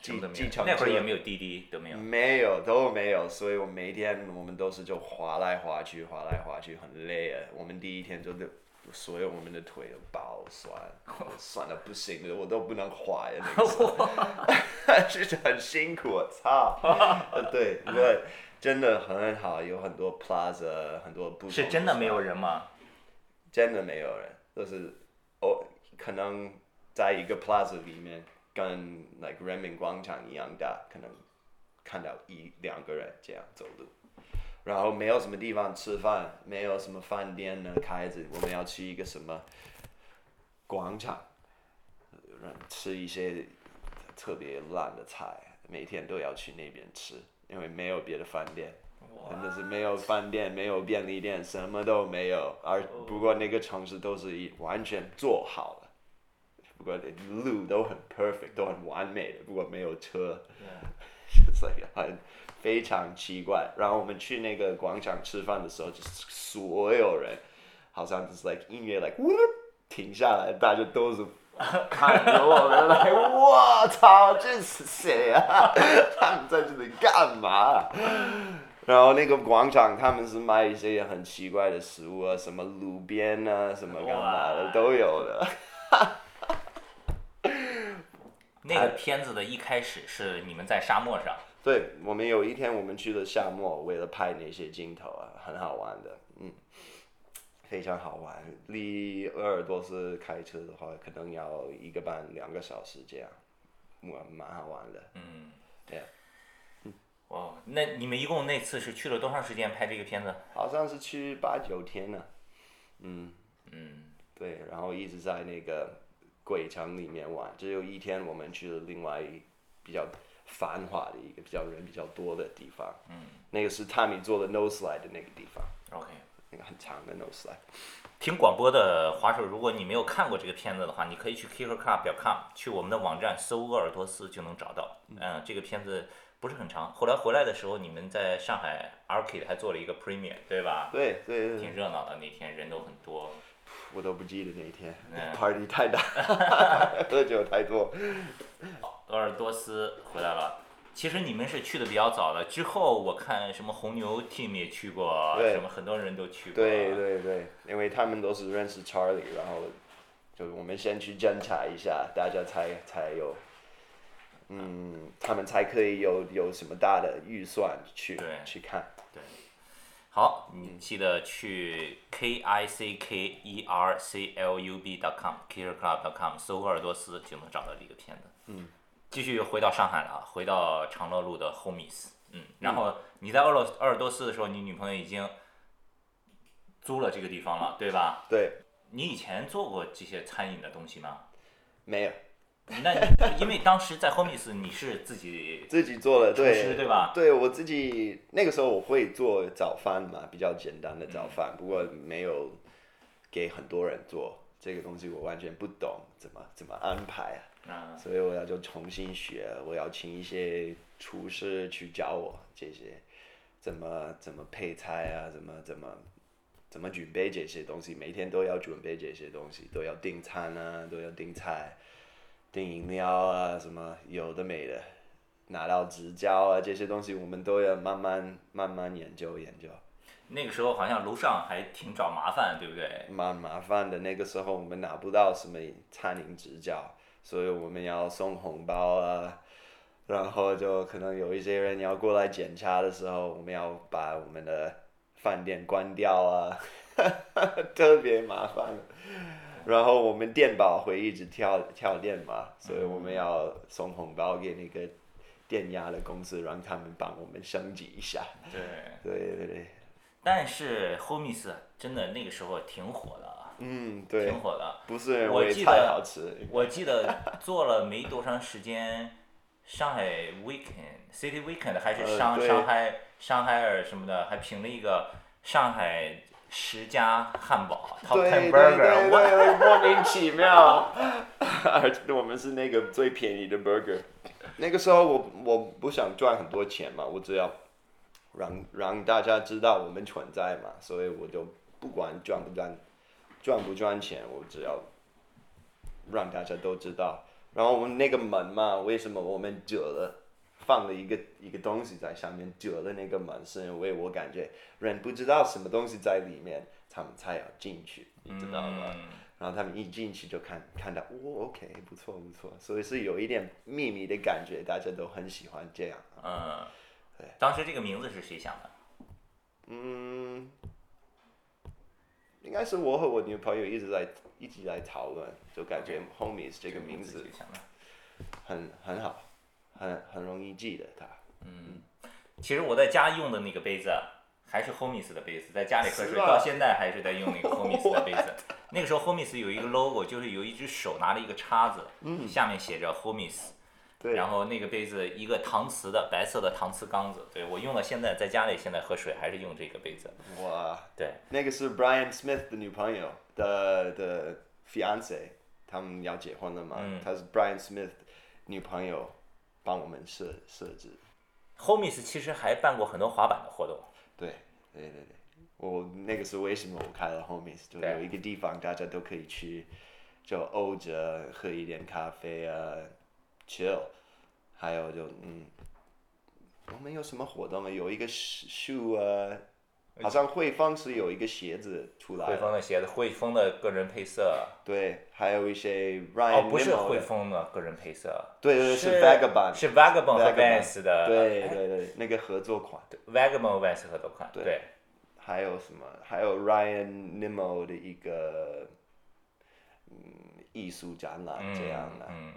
Speaker 1: 什么
Speaker 2: 计
Speaker 1: 都没
Speaker 2: 计
Speaker 1: 有，
Speaker 2: 程
Speaker 1: 那会儿
Speaker 2: 车
Speaker 1: 也没有滴滴，都没有。
Speaker 2: 没有，都没有，所以我每一天我们都是就滑来滑去，滑来滑去，很累啊。我们第一天就就所有我们的腿都爆酸，酸的不行的，我都不能滑呀，那个时候， *laughs* 是很辛苦，我操。呃对，不过真的很好，有很多 plaza，很多不同
Speaker 1: 是真的没有
Speaker 2: 人，
Speaker 1: 人吗？
Speaker 2: 真的没有人，就是哦，可能在一个 plaza 里面，跟 like 人民广场一样大，可能看到一两个人这样走路，然后没有什么地方吃饭，没有什么饭店呢开着，我们要去一个什么广场，呃吃一些特别烂的菜，每天都要去那边吃，因为没有别的饭店。真的是没有饭店，没有便利店，什么都没有。而不过那个城市都是一完全做好了，不过路都很 perfect，都很完美的，不过没有车， *laughs* 就是很非常奇怪。然后我们去那个广场吃饭的时候，就是所有人好像就是 like 音乐 like 呜停下来，大家都是看着我们来，我操，这是谁啊？他们在这里干嘛？然后那个广场，他们是卖一些很奇怪的食物啊，什么路边啊，什么干嘛的
Speaker 1: 哇
Speaker 2: 都有的。
Speaker 1: 那个片子的一开始是你们在沙漠上，
Speaker 2: 对我们有一天我们去了沙漠，为了拍那些镜头啊，很好玩的，嗯，非常好玩。离鄂尔多斯开车的话，可能要一个半两个小时这样，蛮蛮好玩的。
Speaker 1: 嗯，
Speaker 2: 对，
Speaker 1: 哦，那你们一共那次是去了多长时间拍这个片子？
Speaker 2: 好像是去八九天呢、嗯，
Speaker 1: 嗯，
Speaker 2: 对，然后一直在那个鬼城里面玩，只有一天我们去了另外一比较繁华的一个比较人比较多的地方，嗯，那个是汤米做的 nose slide 的那个地方，
Speaker 1: OK，
Speaker 2: 那个很长的 nose slide。
Speaker 1: 听广播的滑手，如果你没有看过这个片子的话，你可以去 kickerclub.com 去我们的网站搜鄂尔多斯就能找到。嗯，这个片子不是很长。后来回来的时候，你们在上海 Arcade 还做了一个 premiere，对吧？
Speaker 2: 对对对
Speaker 1: 挺热闹的，那天人都很多。
Speaker 2: 我都不记得那一天、
Speaker 1: 嗯
Speaker 2: p a r t y 太大，喝酒太多。
Speaker 1: 鄂尔多斯回来了。其实你们是去的比较早的，之后我看什么红牛 team 也去过，
Speaker 2: 对
Speaker 1: 什么很多人都去过。
Speaker 2: 对对对，因为他们都是认识 Charlie，然后就我们先去侦查一下，大家才才有，嗯，他们才可以有有什么大的预算去
Speaker 1: 对
Speaker 2: 去看。
Speaker 1: 好，你记得去 k i c k e r c l u b dot com kicker club dot com 搜鄂尔多斯就能找到这个片子。嗯，继续回到上海了啊，回到长乐路的 Homies。嗯，然后你在鄂尔鄂尔多斯的时候，你女朋友已经租了这个地方了，对吧？
Speaker 2: 对，
Speaker 1: 你以前做过这些餐饮的东西 *laughs* 吗？
Speaker 2: 没有
Speaker 1: 那你因为当时在 Homies 你是自己
Speaker 2: 自己做了，
Speaker 1: 厨师
Speaker 2: 对
Speaker 1: 对吧？
Speaker 2: 对，我自己那个时候我会做早饭嘛，比较简单的早
Speaker 1: 嗯
Speaker 2: 饭，不过没有给很多人做这个东西，我完全不懂怎么怎么安排啊。
Speaker 1: 嗯，
Speaker 2: 所以我要就重新学，我要请一些厨师去教我这些怎么怎么配菜啊，怎么怎么怎么准备这些东西，每天都要准备这些东西，都要订餐啊，都要订菜，订饮料啊，什么有的没的，拿到执照啊，这些东西我们都要慢慢慢慢研究研究。
Speaker 1: 那个时候好像楼上还挺找麻烦，对不对？
Speaker 2: 蛮麻烦的。那个时候我们拿不到什么餐饮执照，所以我们要送红包啊，然后就可能有一些人要过来检查的时候，我们要把我们的饭店关掉啊， *laughs* 特别麻烦。然后我们店保会一直跳跳电嘛，所以我们要送红包给那个电压的公司，让他们帮我们升级一下。
Speaker 1: 对。
Speaker 2: 对对对，
Speaker 1: 但是 Homies 真的那个时候挺火的啊，
Speaker 2: 嗯对
Speaker 1: 挺，火的。
Speaker 2: 不是
Speaker 1: 我
Speaker 2: 为
Speaker 1: 记
Speaker 2: 太
Speaker 1: 得
Speaker 2: 好吃，
Speaker 1: 我记得做了没多长时间，上海 Weekend City Weekend 还是
Speaker 2: 呃
Speaker 1: 上、
Speaker 2: 对
Speaker 1: 上海上海尔什么的，还评了一个上海十佳汉堡 Top
Speaker 2: 对
Speaker 1: Ten
Speaker 2: 对
Speaker 1: Burger，
Speaker 2: 对
Speaker 1: 我
Speaker 2: 对，莫名其妙。而且 *laughs* 我们是那个最便宜的 burger。那个时候我我不想赚很多钱嘛，我只要让让大家知道我们存在嘛，所以我就不管赚不赚赚不赚钱，我只要让大家都知道。然后我们那个门嘛，为什么我们折了？放了一个一个东西在上面，折了那个门，是因为我感觉人不知道什么东西在里面，他们才要进去，你知道吗？
Speaker 1: 嗯
Speaker 2: 然后他们一进去就看看到，哦，OK，不错不错，所以是有一点秘密的感觉，大家都很喜欢这样。
Speaker 1: 嗯，当时这个名字是谁想的？
Speaker 2: 嗯，应该是我和我女朋友一直在一起来讨论，就感觉 homies 这个名字
Speaker 1: 谁想的？
Speaker 2: 很很好，很很容易记得它。
Speaker 1: 其实我在家用的那个杯子啊还是 Homies 的杯子，在家里喝
Speaker 2: 是
Speaker 1: 水
Speaker 2: 吧
Speaker 1: 到现在还是在用那个 Homies 的杯子。那个时候 Homies 有一个 logo，就是有一只手拿着一个叉子，下面写着 Homies，
Speaker 2: 嗯对，
Speaker 1: 然后那个杯子一个搪瓷的白色的搪瓷缸子，对我用到现在，在家里现在喝水还是用这个杯子。
Speaker 2: 哇，
Speaker 1: 对，
Speaker 2: 那个是 Brian Smith 的女朋友的的 fiance，他们要结婚了嘛？
Speaker 1: 嗯
Speaker 2: 她是 Brian Smith 女朋友帮我们设设置。
Speaker 1: Homies 其实还办过很多滑板的活动，
Speaker 2: 对，对对对，我那个是为什么我开了 Homies，就
Speaker 1: 对
Speaker 2: 有一个地方大家都可以去，就欧着喝一点咖啡啊，chill，还有就嗯，我们有什么活动啊？有一个 shoe 啊，好像汇丰是有一个鞋子出来
Speaker 1: 哎汇
Speaker 2: 了，
Speaker 1: 丰的鞋子，汇丰的个人配色，
Speaker 2: 对，还有一些
Speaker 1: 哦
Speaker 2: Ryan、，
Speaker 1: 不是汇，丰的个人配色，
Speaker 2: 对对对
Speaker 1: 是
Speaker 2: 是 Vagabond
Speaker 1: 是 Vagabond 和
Speaker 2: Vagabond
Speaker 1: Vans 的，
Speaker 2: 对对对，那个合作款，
Speaker 1: Vagabond Vans 合作款，
Speaker 2: 对
Speaker 1: 对
Speaker 2: 还有什么？还有 Ryan Nemo 的一个嗯艺术展览这样的，
Speaker 1: 嗯，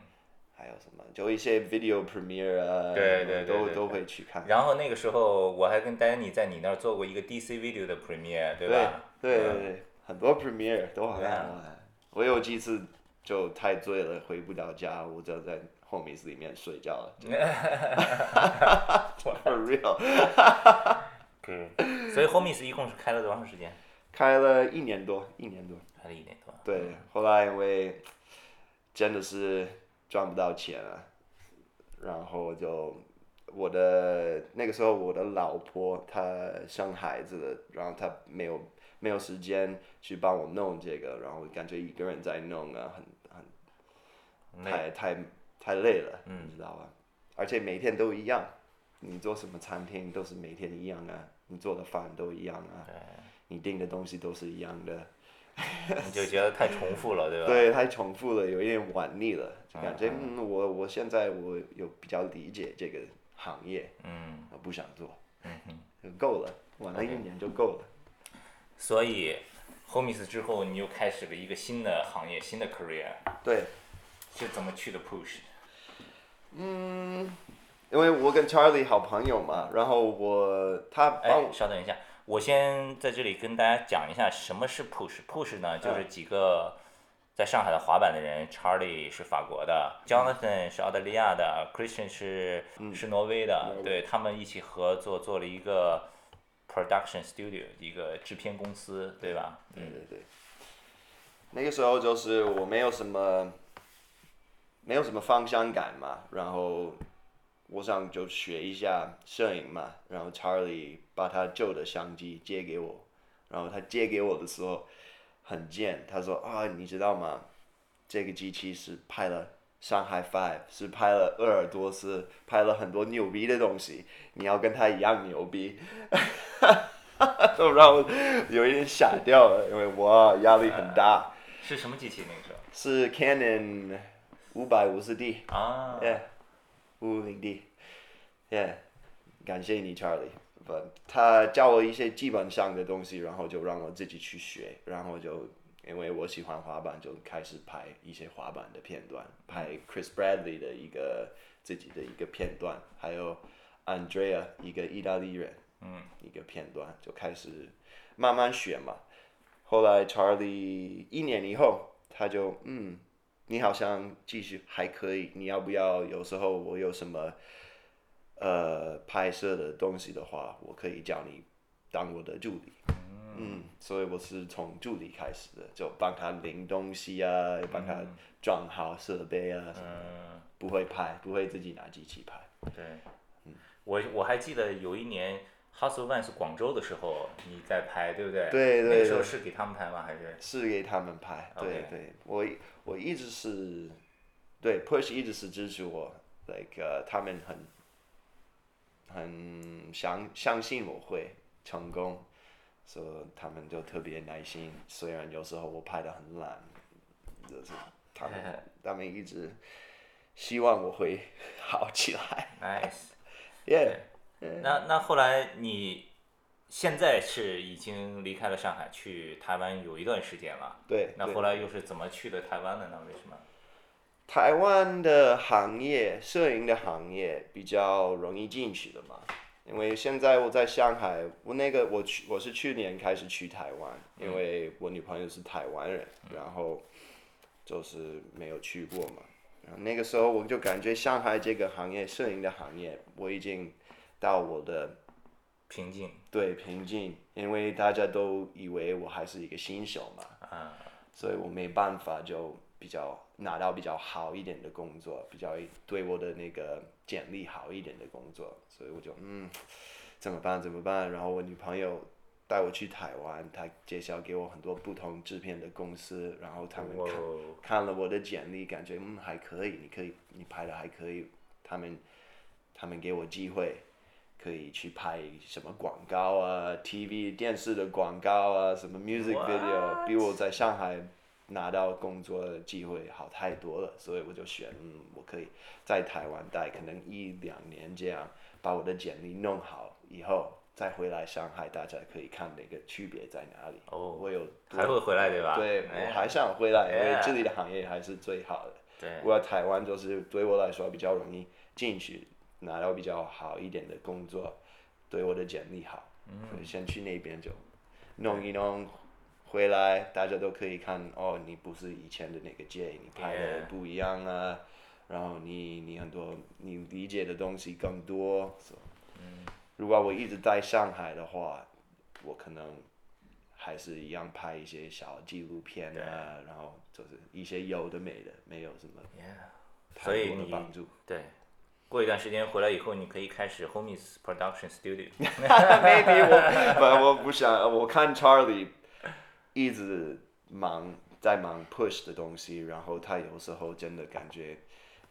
Speaker 2: 还有什么？就一些 video premiere 啊，
Speaker 1: 对对对
Speaker 2: 都
Speaker 1: 对
Speaker 2: 都
Speaker 1: 对
Speaker 2: 会去看。
Speaker 1: 然后那个时候我还跟丹尼在你那儿做过一个 DC Video 的 Premiere，对
Speaker 2: 对
Speaker 1: 吧？嗯
Speaker 2: 对对对，很多 premiere 都好
Speaker 1: 对啊
Speaker 2: 看。好看我有几次就太醉了，回不了家，我就在 homies 里面睡觉了。真的
Speaker 1: *laughs*
Speaker 2: *laughs* For real，
Speaker 1: 对。嗯所以 Homies 一共是开了多长时间？
Speaker 2: 开了一年多，一年多。
Speaker 1: 开了一年多。
Speaker 2: 对，后来因为真的是赚不到钱了，然后就我的那个时候我的老婆她生孩子了，然后她没有没有时间去帮我弄这个，然后感觉一个人在弄啊，很很太太太累了，你知道吧？而且每天都一样，你做什么餐厅都是每天一样啊，你做的饭都一样啊，你订的东西都是一样的。
Speaker 1: 你就觉得太重复了，对吧？
Speaker 2: 对，太重复了，有一点玩腻了，就感觉嗯我我现在我有比较理解这个行业，
Speaker 1: 嗯，
Speaker 2: 我不想做，就够了，玩了一年就够了。
Speaker 1: 所以 Homies 之后，你又开始了一个新的行业，新的 career，
Speaker 2: 对，
Speaker 1: 是怎么去的 push？
Speaker 2: 因为我跟 Charlie 好朋友嘛，然后我他帮
Speaker 1: 哎
Speaker 2: 我，，
Speaker 1: 稍等一下，我先在这里跟大家讲一下什么是 push。push
Speaker 2: 嗯
Speaker 1: 呢，就是几个在上海的滑板的人，Charlie 是法国的，Jonathan
Speaker 2: 嗯
Speaker 1: 是澳大利亚的，Christian 是、是挪威的，对他们一起合作做了一个 production studio，一个制片公司，对吧？
Speaker 2: 对对对，那个时候就是我没有什么没有什么方向感嘛，然后我想就学一下摄影嘛，然后 Charlie 把他旧的相机借给我，然后他借给我的时候很贱，他说啊，你知道吗？这个机器是拍了上海 Five，是拍了鄂尔多斯，拍了很多牛逼的东西，你要跟他一样牛逼。都 *laughs* 让我有一点傻掉了，因为我压力很
Speaker 1: 嗯
Speaker 2: 大。
Speaker 1: 是什么机器那个时候
Speaker 2: 是 Canon 五百五十 D，
Speaker 1: 啊？
Speaker 2: 耶，五零 D，耶，感谢你 Charlie。不，他教我一些基本上的东西，然后就让我自己去学，然后就因为我喜欢滑板，就开始拍一些滑板的片段，拍 Chris Bradley 的一个自己的一个片段，还有 Andrea 一个意大利人，嗯，一个片段，就开始慢慢学嘛。后来 Charlie 一年以后，他就嗯，你好像继续还可以，你要不要？有时候我有什么呃拍摄的东西的话，我可以叫你当我的助理。嗯，所以我是从助理开始的，就帮他领东西啊，帮他装好设备啊什么的。不会拍，不会自己拿机器拍。
Speaker 1: 嗯对，
Speaker 2: 嗯
Speaker 1: 我我还记得有一年 Hustle One 是广州的时候，你在拍，对不对？
Speaker 2: 对对
Speaker 1: 那个时候
Speaker 2: 对
Speaker 1: 是给他们拍吗？还是
Speaker 2: 是给他们拍。对
Speaker 1: OK
Speaker 2: 对，我一我一直是，对 Push 一直是支持我，like 呃、他们很很相相信我会成功，所、以他们就特别耐心。虽然有时候我拍的很烂，就是他们
Speaker 1: *laughs*
Speaker 2: 他们一直希望我会好起来。
Speaker 1: nice？
Speaker 2: Yeah，
Speaker 1: 那那后来你现在是已经离开了上海，去台湾有一段时间了。
Speaker 2: 对。
Speaker 1: 那
Speaker 2: 对
Speaker 1: 后来又是怎么去的台湾的呢？为什么？
Speaker 2: 台湾的行业，摄影的行业比较容易进去的嘛，因为现在我在上海，我那个我去我是去年开始去台湾，因为我女朋友是台湾人，然后就是没有去过嘛，然后那个时候我就感觉上海这个行业，摄影的行业，我已经到我的
Speaker 1: 平静
Speaker 2: 对瓶颈，因为大家都以为我还是一个新手嘛，所以我没办法就比较拿到比较好一点的工作，比较对我的那个简历好一点的工作，所以我就嗯，怎么办怎么办？然后我女朋友带我去台湾，她介绍给我很多不同制片的公司，然后他们看
Speaker 1: 哦
Speaker 2: 看了我的简历，感觉嗯还可以，你可以你拍的还可以，他们他们给我机会，可以去拍什么广告啊，TV 电视的广告啊，什么 music video，比我在上海拿到工作的机会好太多了，所以我就选，嗯，我可以在台湾待可能一两年这样，把我的简历弄好以后。再回来上海，大家可以看那个区别在哪里。
Speaker 1: 哦
Speaker 2: 我有多
Speaker 1: 还会回来对吧？
Speaker 2: 对，
Speaker 1: 哎
Speaker 2: 我还想回来，因为
Speaker 1: Yeah
Speaker 2: 这里的行业还是最好的。
Speaker 1: 对
Speaker 2: 我在台湾就是对我来说比较容易进去，拿到比较好一点的工作，对我的简历好，所以先去那边就弄一弄，回来大家都可以看哦，你不是以前的那个 J，你拍的
Speaker 1: Yeah
Speaker 2: 不一样啊然后你你很多你理解的东西更多。So, 如果我一直在上海的话，我可能还是一样拍一些小纪录片啊，然后就是一些有的没的，没有什么
Speaker 1: Yeah 所
Speaker 2: 太
Speaker 1: 以
Speaker 2: 多的
Speaker 1: 你
Speaker 2: 帮助。
Speaker 1: 对，过一段时间回来以后，你可以开始 Homies Production
Speaker 2: *laughs*
Speaker 1: Studio。
Speaker 2: *laughs* Maybe 我不我不想，我看 Charlie 一直忙在忙 push 的东西，然后他有时候真的感觉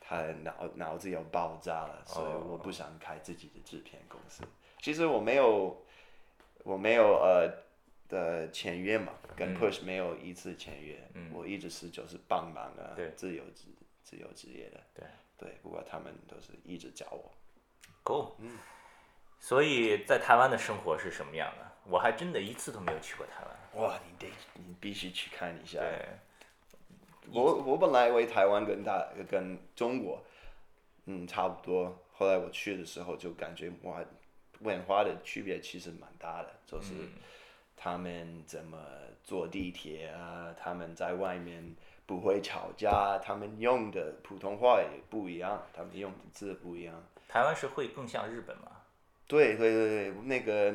Speaker 2: 他脑脑子要爆炸了，所以我不想开自己的制片公司。其实我没有，我没有呃的签约嘛，跟 push 没有一次签约，我一直是就是帮忙啊
Speaker 1: 对，
Speaker 2: 自由职自由职业的。
Speaker 1: 对
Speaker 2: 对，不过他们都是一直找我。
Speaker 1: Go。所以在台湾的生活是什么样的？我还真的一次都没有去过台湾。
Speaker 2: 哇，你得你必须去看一下。
Speaker 1: 对，
Speaker 2: 我我本来以为台湾跟大跟中国，嗯，差不多。后来我去的时候就感觉哇，文化的区别其实蛮大的，就是他们怎么坐地铁啊，他们在外面不会吵架，他们用的普通话也不一样，他们用的字不一样。
Speaker 1: 台湾是会更像日本吗？
Speaker 2: 对对对对，那个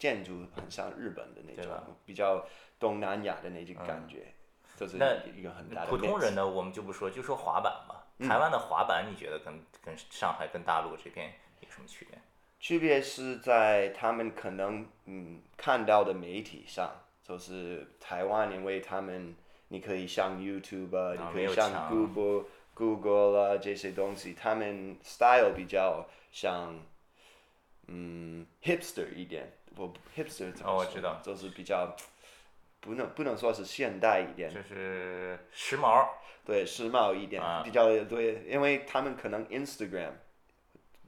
Speaker 2: 建筑很像日本的那
Speaker 1: 对
Speaker 2: 种
Speaker 1: 吧，嗯
Speaker 2: 比较东南亚的那种感觉，就是
Speaker 1: 那
Speaker 2: 一个很大的
Speaker 1: 普通
Speaker 2: mix
Speaker 1: 人呢，我们就不说，就说滑板吧。台湾的滑板，你觉得跟跟上海、跟大陆这边有什么区别？
Speaker 2: 区别是在他们可能嗯看到的媒体上，就是台湾，因为他们你可以上 YouTube
Speaker 1: 啊
Speaker 2: 啊，你可
Speaker 1: 没有
Speaker 2: 以上
Speaker 1: 墙
Speaker 2: Google Google 啊这些东西，他们 style 比较像嗯 hipster 一点，我 hipster 怎么说？
Speaker 1: 哦我知道
Speaker 2: 就是比较不能不能说是现代一点，
Speaker 1: 就是时髦，
Speaker 2: 对，时髦一点，
Speaker 1: 啊
Speaker 2: 比较对，因为他们可能 Instagram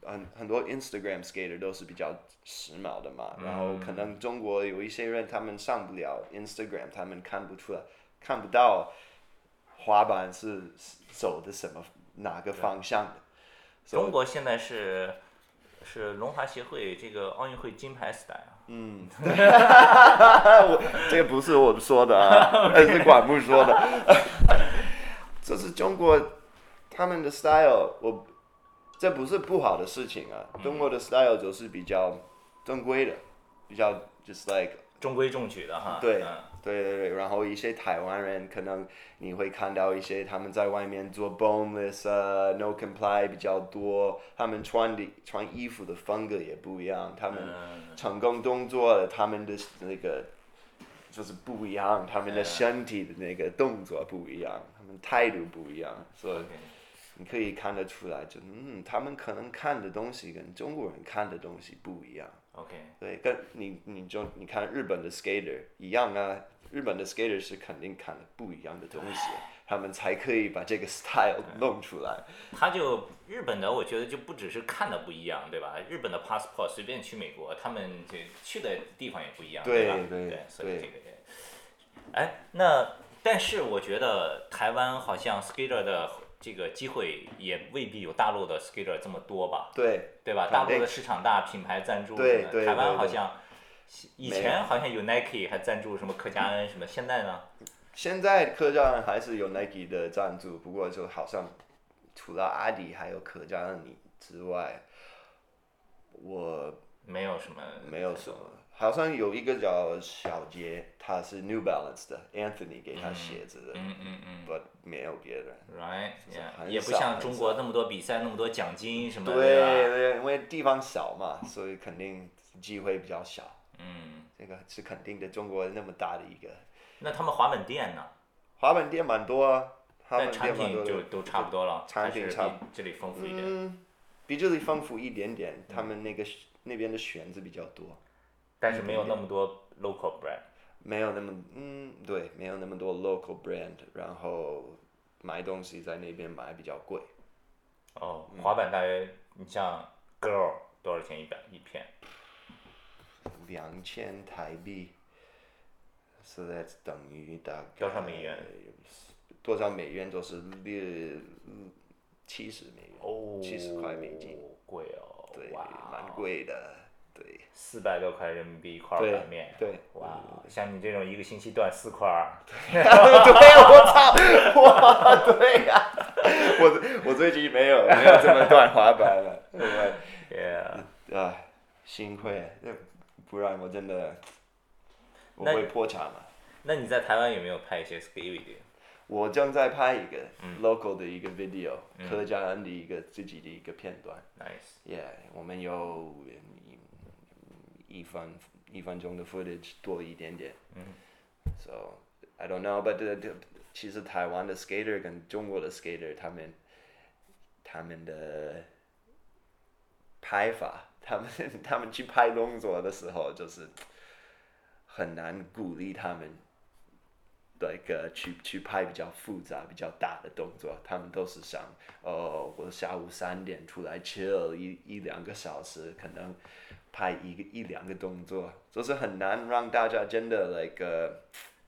Speaker 2: 很很多 Instagram skater 都是比较时髦的嘛，然后可能中国有一些人他们上不了 Instagram，他们看不出来，看不到滑板是走的什么哪个方向的，所以
Speaker 1: 中国现在是是龙华协会这个奥运会金牌时代啊。
Speaker 2: *laughs* 这个不是我说的啊，呃是管木说的。这是中国他们的 style，我这不是不好的事情啊。中国的 style 就是比较正规的，比较 just like
Speaker 1: 中规中矩的哈。
Speaker 2: 对
Speaker 1: 嗯
Speaker 2: 对对对。然后一些台湾人可能你会看到一些他们在外面做 boneless 啊、no comply 比较多，他们穿的穿衣服的风格也不一样，他们
Speaker 1: 嗯
Speaker 2: 成功动作了，他们的那个就是不一样，他们的身体的那个动作不一样，他们态度不一样，所以
Speaker 1: ，OK
Speaker 2: 你可以看得出来，就嗯，他们可能看的东西跟中国人看的东西不一样。
Speaker 1: OK，
Speaker 2: 对，跟你你就你看日本的 skater 一样啊，日本的 skater 是肯定看了不一样的东西，他们才可以把这个 style 弄出来。
Speaker 1: 他就日本的，我觉得就不只是看的不一样，对吧？日本的 passport 随便去美国，他们这去的地方也不一样，
Speaker 2: 对
Speaker 1: 吧？
Speaker 2: 对
Speaker 1: 对，所以
Speaker 2: 对
Speaker 1: 这个也，哎，那但是我觉得台湾好像 skater 的这个机会也未必有大陆的 skater 这么多吧，
Speaker 2: 对，
Speaker 1: 对吧？
Speaker 2: 肯
Speaker 1: 大陆
Speaker 2: 定
Speaker 1: 的市场大，品牌赞助什么
Speaker 2: 对
Speaker 1: 的，
Speaker 2: 对
Speaker 1: 台
Speaker 2: 对
Speaker 1: 湾好
Speaker 2: 对
Speaker 1: 像以前好像有 Nike 还赞助什么柯佳恩什么，现在呢？
Speaker 2: 现在客家人还是有 Nike 的赞助，不过就好像除了阿迪还有客家人之外，我
Speaker 1: 没有什么，
Speaker 2: 没有什么。好像有一个叫小杰，他是 New Balance 的，Anthony 给他鞋子的，
Speaker 1: 嗯嗯嗯。
Speaker 2: 不、没有别人。
Speaker 1: Right，
Speaker 2: 是
Speaker 1: yeah，
Speaker 2: 很
Speaker 1: 也不
Speaker 2: 少
Speaker 1: 像
Speaker 2: 很
Speaker 1: 中
Speaker 2: 少
Speaker 1: 国那么多比赛，那么多奖金什么
Speaker 2: 对
Speaker 1: 的，对吧？
Speaker 2: 对，因为地方小嘛，所以肯定机会比较小。
Speaker 1: 嗯，
Speaker 2: 这个是肯定的，中国那么大的一个
Speaker 1: 那他们滑板店呢？
Speaker 2: 滑板店蛮多啊，滑
Speaker 1: 但
Speaker 2: 板
Speaker 1: 产
Speaker 2: 店蛮多
Speaker 1: 品
Speaker 2: 的
Speaker 1: 就。都差不多了，
Speaker 2: 产
Speaker 1: 还
Speaker 2: 品
Speaker 1: 是
Speaker 2: 差
Speaker 1: 比这里丰富一点。
Speaker 2: 嗯，比这里丰富一点点，他们那个那边的选子比较多，
Speaker 1: 但是没
Speaker 2: 嗯
Speaker 1: 有那么多 local brand。
Speaker 2: 没有那么嗯，对，没有那么多 local brand，然后买东西在那边买比较贵，
Speaker 1: 哦，
Speaker 2: 嗯
Speaker 1: 滑板大约你像 girl 多少钱一板一片？
Speaker 2: 两千台币，so that's 等于大概
Speaker 1: 多少美元？
Speaker 2: 多少美元都是六七十美元，
Speaker 1: 哦，
Speaker 2: 70块美金，
Speaker 1: 贵哦，
Speaker 2: 对，
Speaker 1: 哇，
Speaker 2: 蛮贵的，对
Speaker 1: 四百多块人民币一块
Speaker 2: 对
Speaker 1: 板面，
Speaker 2: 对嗯
Speaker 1: 哇，像你这种一个星期断四块儿，
Speaker 2: *laughs* 对呀、我我最近没有没有这么断滑板了，我。
Speaker 1: *laughs* yeah
Speaker 2: 啊，幸亏，那不然我真的我
Speaker 1: 那
Speaker 2: 会破产了。
Speaker 1: 那你在台湾有没有拍一些 skate video？
Speaker 2: 我正在拍一个 local 的一个 video，、客家人的一个自己的一个片段。
Speaker 1: Nice，
Speaker 2: Yeah，我们有嗯一分一分钟的 footage 多一点点。嗯。So I don't know, but the- the- 其实台湾的 skater 跟中国的 skater 他们他们的拍法， *laughs* 他们他们去拍动作的时候，就是很难鼓励他们。那个呃去去拍比较复杂、比较大的动作，他们都是想，哦，我下午三点出来 chill 一一两个小时，可能拍一个一两个动作，就是很难让大家真的 like、呃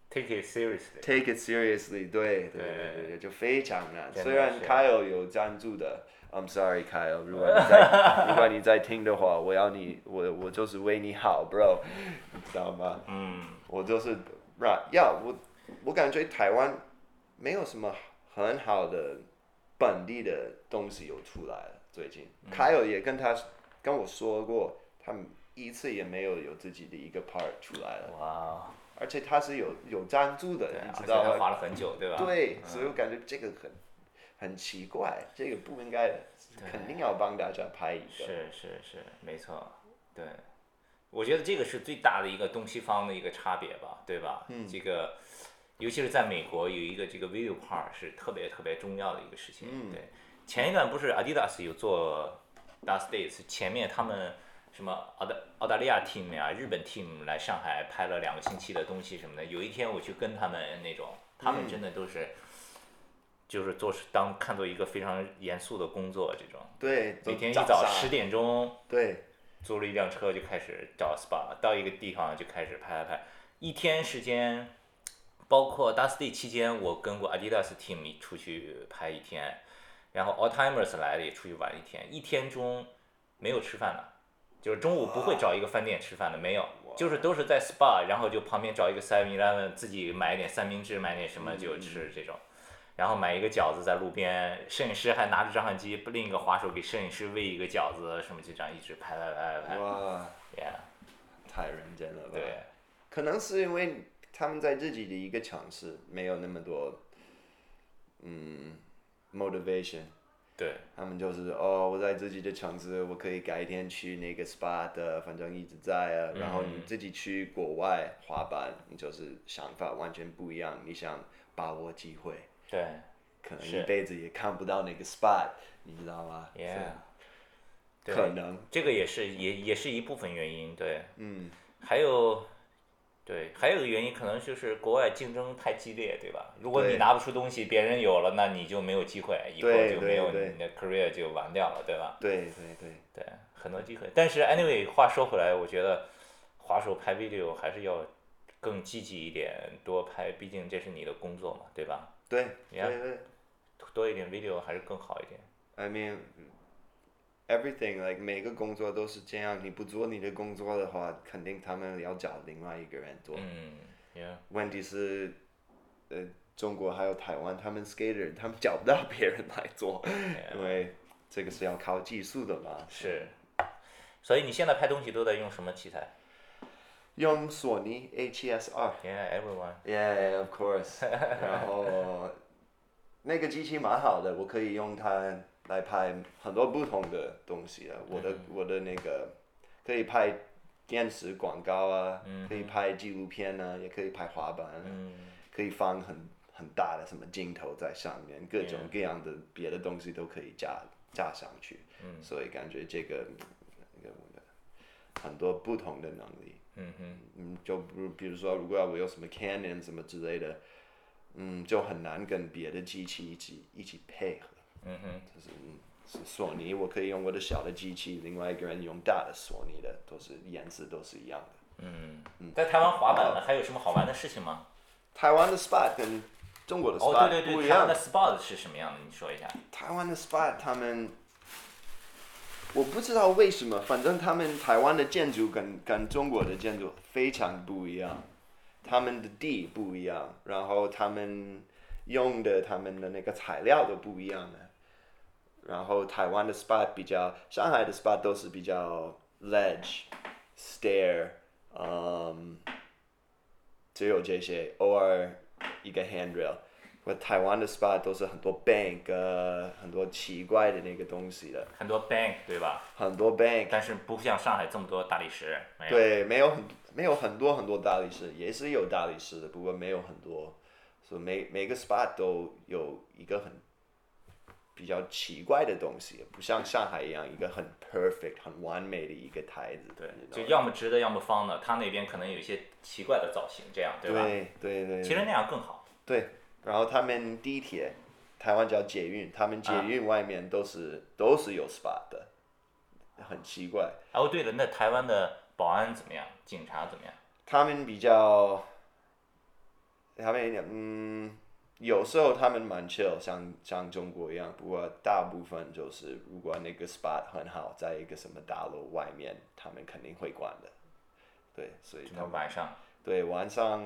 Speaker 1: Take it seriously。
Speaker 2: take it seriously，对对对对对，就非常难。
Speaker 1: 真的
Speaker 2: 虽然
Speaker 1: 是
Speaker 2: Kyle 有赞助的，I'm sorry Kyle，如果你在如果你在听的话，我要你我我就是为你好，bro，你 *laughs* 知道吗？
Speaker 1: 嗯，
Speaker 2: 我就是让要我我感觉台湾没有什么很好的本地的东西有出来了。最近
Speaker 1: 嗯
Speaker 2: Kyle 也跟他跟我说过，他们一次也没有有自己的一个 part 出来了，
Speaker 1: 哇，
Speaker 2: 而且他是有有赞助的，
Speaker 1: 对啊，
Speaker 2: 你知
Speaker 1: 而且
Speaker 2: 道
Speaker 1: 他
Speaker 2: 吗？
Speaker 1: 滑了很久，对吧？嗯
Speaker 2: 对，所以我感觉这个很很奇怪，这个不应该的，肯定要帮大家拍一个。
Speaker 1: 是是是，没错，对，我觉得这个是最大的一个东西方的一个差别吧，对吧？嗯，这个尤其是在美国有一个这个 video part 是特别特别重要的一个事
Speaker 2: 嗯
Speaker 1: 情。对，前一段不是 Adidas 有做 Dust Days，前面他们什么澳大澳大利亚 team 呀、日本 team 来上海拍了两个星期的东西什么的。有一天我去跟他们那种，他们真的都是，
Speaker 2: 嗯
Speaker 1: 就是做当看作一个非常严肃的工作这种。
Speaker 2: 对，
Speaker 1: 每天一
Speaker 2: 早
Speaker 1: 早
Speaker 2: 上
Speaker 1: 十点钟
Speaker 2: 对，
Speaker 1: 租了一辆车就开始找 SPA，到一个地方就开始拍拍拍，一天时间，包括 Dusty 期间，我跟过 Adidas team 出去拍一天，然后 All Timers 来了也出去玩一天，一天中没有吃饭的，就是中午不会找一个饭店吃饭的，没有，就是都是在 SPA，然后就旁边找一个 Seven Eleven 自己买一点三明治，买点什么就吃这种。然后买一个饺子在路边，摄影师还拿着照相机，另一个滑手给摄影师喂一个饺子，什么就这样一直拍拍拍拍拍
Speaker 2: 哇，
Speaker 1: ，yeah，
Speaker 2: 太认真了吧？
Speaker 1: 对，
Speaker 2: 可能是因为他们在自己的一个城市没有那么多，嗯，motivation，
Speaker 1: 对
Speaker 2: 他们就是哦，我在自己的城市，我可以改天去那个 SPA 的，反正一直在
Speaker 1: 嗯
Speaker 2: 啊。然后你自己去国外滑板，你就是想法完全不一样，你想把握机会，
Speaker 1: 对
Speaker 2: 可能
Speaker 1: 是
Speaker 2: 一辈子也看不到那个 SPA，你知道吗
Speaker 1: ，yeah，
Speaker 2: 是
Speaker 1: 对
Speaker 2: 可能
Speaker 1: 这个也是也也是一部分原因，对，
Speaker 2: 嗯，
Speaker 1: 还有，对，还有一个原因可能就是国外竞争太激烈，对吧？如果
Speaker 2: 对
Speaker 1: 你拿不出东西，别人有了，那你就没有机会，以后
Speaker 2: 对
Speaker 1: 就
Speaker 2: 对
Speaker 1: 没有
Speaker 2: 对
Speaker 1: 你的 career 就完掉了，对吧？
Speaker 2: 对对对，
Speaker 1: 对，很多机会。但是 anyway，话说回来，我觉得滑手拍 video 还是要更积极一点，多拍，毕竟这是你的工作嘛，对吧？
Speaker 2: 对
Speaker 1: Yeah
Speaker 2: 对对。
Speaker 1: 多一点 video 还是更好一点。
Speaker 2: I mean everything like 每个工作都是这样，你不做你的工作的话，肯定他们要找另外一个人做。
Speaker 1: 嗯，yeah，
Speaker 2: 问题是，呃，中国还有台湾，他们 skater 他们找不到别人来做，因为这个是要靠技术的嘛。
Speaker 1: 是。所以你现在拍东西都在用什么器材
Speaker 2: 用索尼 E A7S 二
Speaker 1: ？Yeah，everyone。
Speaker 2: ，Yeah of course，然后那个机器蛮好的，我可以用它来拍很多不同的东西啊。我的、我的那个可以拍电视广告啊，可以拍纪录片啊，也可以拍滑板啊、可以放很很大的什么镜头在上面，各种各样的别的东西都可以加加上去。所以感觉这个嗯那个我的很多不同的能力。
Speaker 1: 嗯哼，
Speaker 2: 嗯，就比如比如说，如果我有什么 Canon 什么之类的，嗯，就很难跟别的机器一起一起配合。
Speaker 1: 嗯哼，
Speaker 2: 就是嗯，是索尼，我可以用我的小的机器，另外一个人用大的索尼的，都是颜色都是一样的。
Speaker 1: 嗯。在台湾滑板呢，还有什么好玩的事情吗？
Speaker 2: 台湾的 spot 跟中国的
Speaker 1: 哦，
Speaker 2: spot
Speaker 1: 对对
Speaker 2: 不
Speaker 1: 对，
Speaker 2: 一
Speaker 1: 台
Speaker 2: 样。
Speaker 1: 湾的 spot 是什么样的？你说一下。
Speaker 2: 台湾的 spot 他们，我不知道为什么，反正他们台湾的建筑跟跟中国的建筑非常不一样，他们的地不一样，然后他们用的他们的那个材料都不一样的。然后台湾的 spot 比较，上海的 spot 都是比较 ledge、stair，嗯、只有这些，偶尔一个 handrail。我台湾的 spot 都是很多 bank，、呃、很多奇怪的那个东西的，
Speaker 1: 很多 bank 对吧？
Speaker 2: 很多 bank。
Speaker 1: 但是不像上海这么多大理石，没有。
Speaker 2: 对，没有很没有很多很多大理石，也是有大理石的，不过没有很多，所以每每个 spot 都有一个很比较奇怪的东西，不像上海一样一个很 perfect 很完美的一个台子。
Speaker 1: 对，
Speaker 2: 你知
Speaker 1: 就
Speaker 2: 道吗
Speaker 1: 要么直的，要么方的，它那边可能有一些奇怪的造型，这样对吧？
Speaker 2: 对对对，
Speaker 1: 其实那样更好。
Speaker 2: 对，然后他们地铁，台湾叫捷运，他们捷运外面都是、都是有 SPA 的，很奇怪。
Speaker 1: 哦，对了，那台湾的保安怎么样？警察怎么样？
Speaker 2: 他们比较，他们嗯，有时候他们蛮 chill，像像中国一样，不过大部分就是如果那个 spot 很好，在一个什么大楼外面，他们肯定会关的。对，所以
Speaker 1: 就
Speaker 2: 他
Speaker 1: 是晚上，
Speaker 2: 对，晚上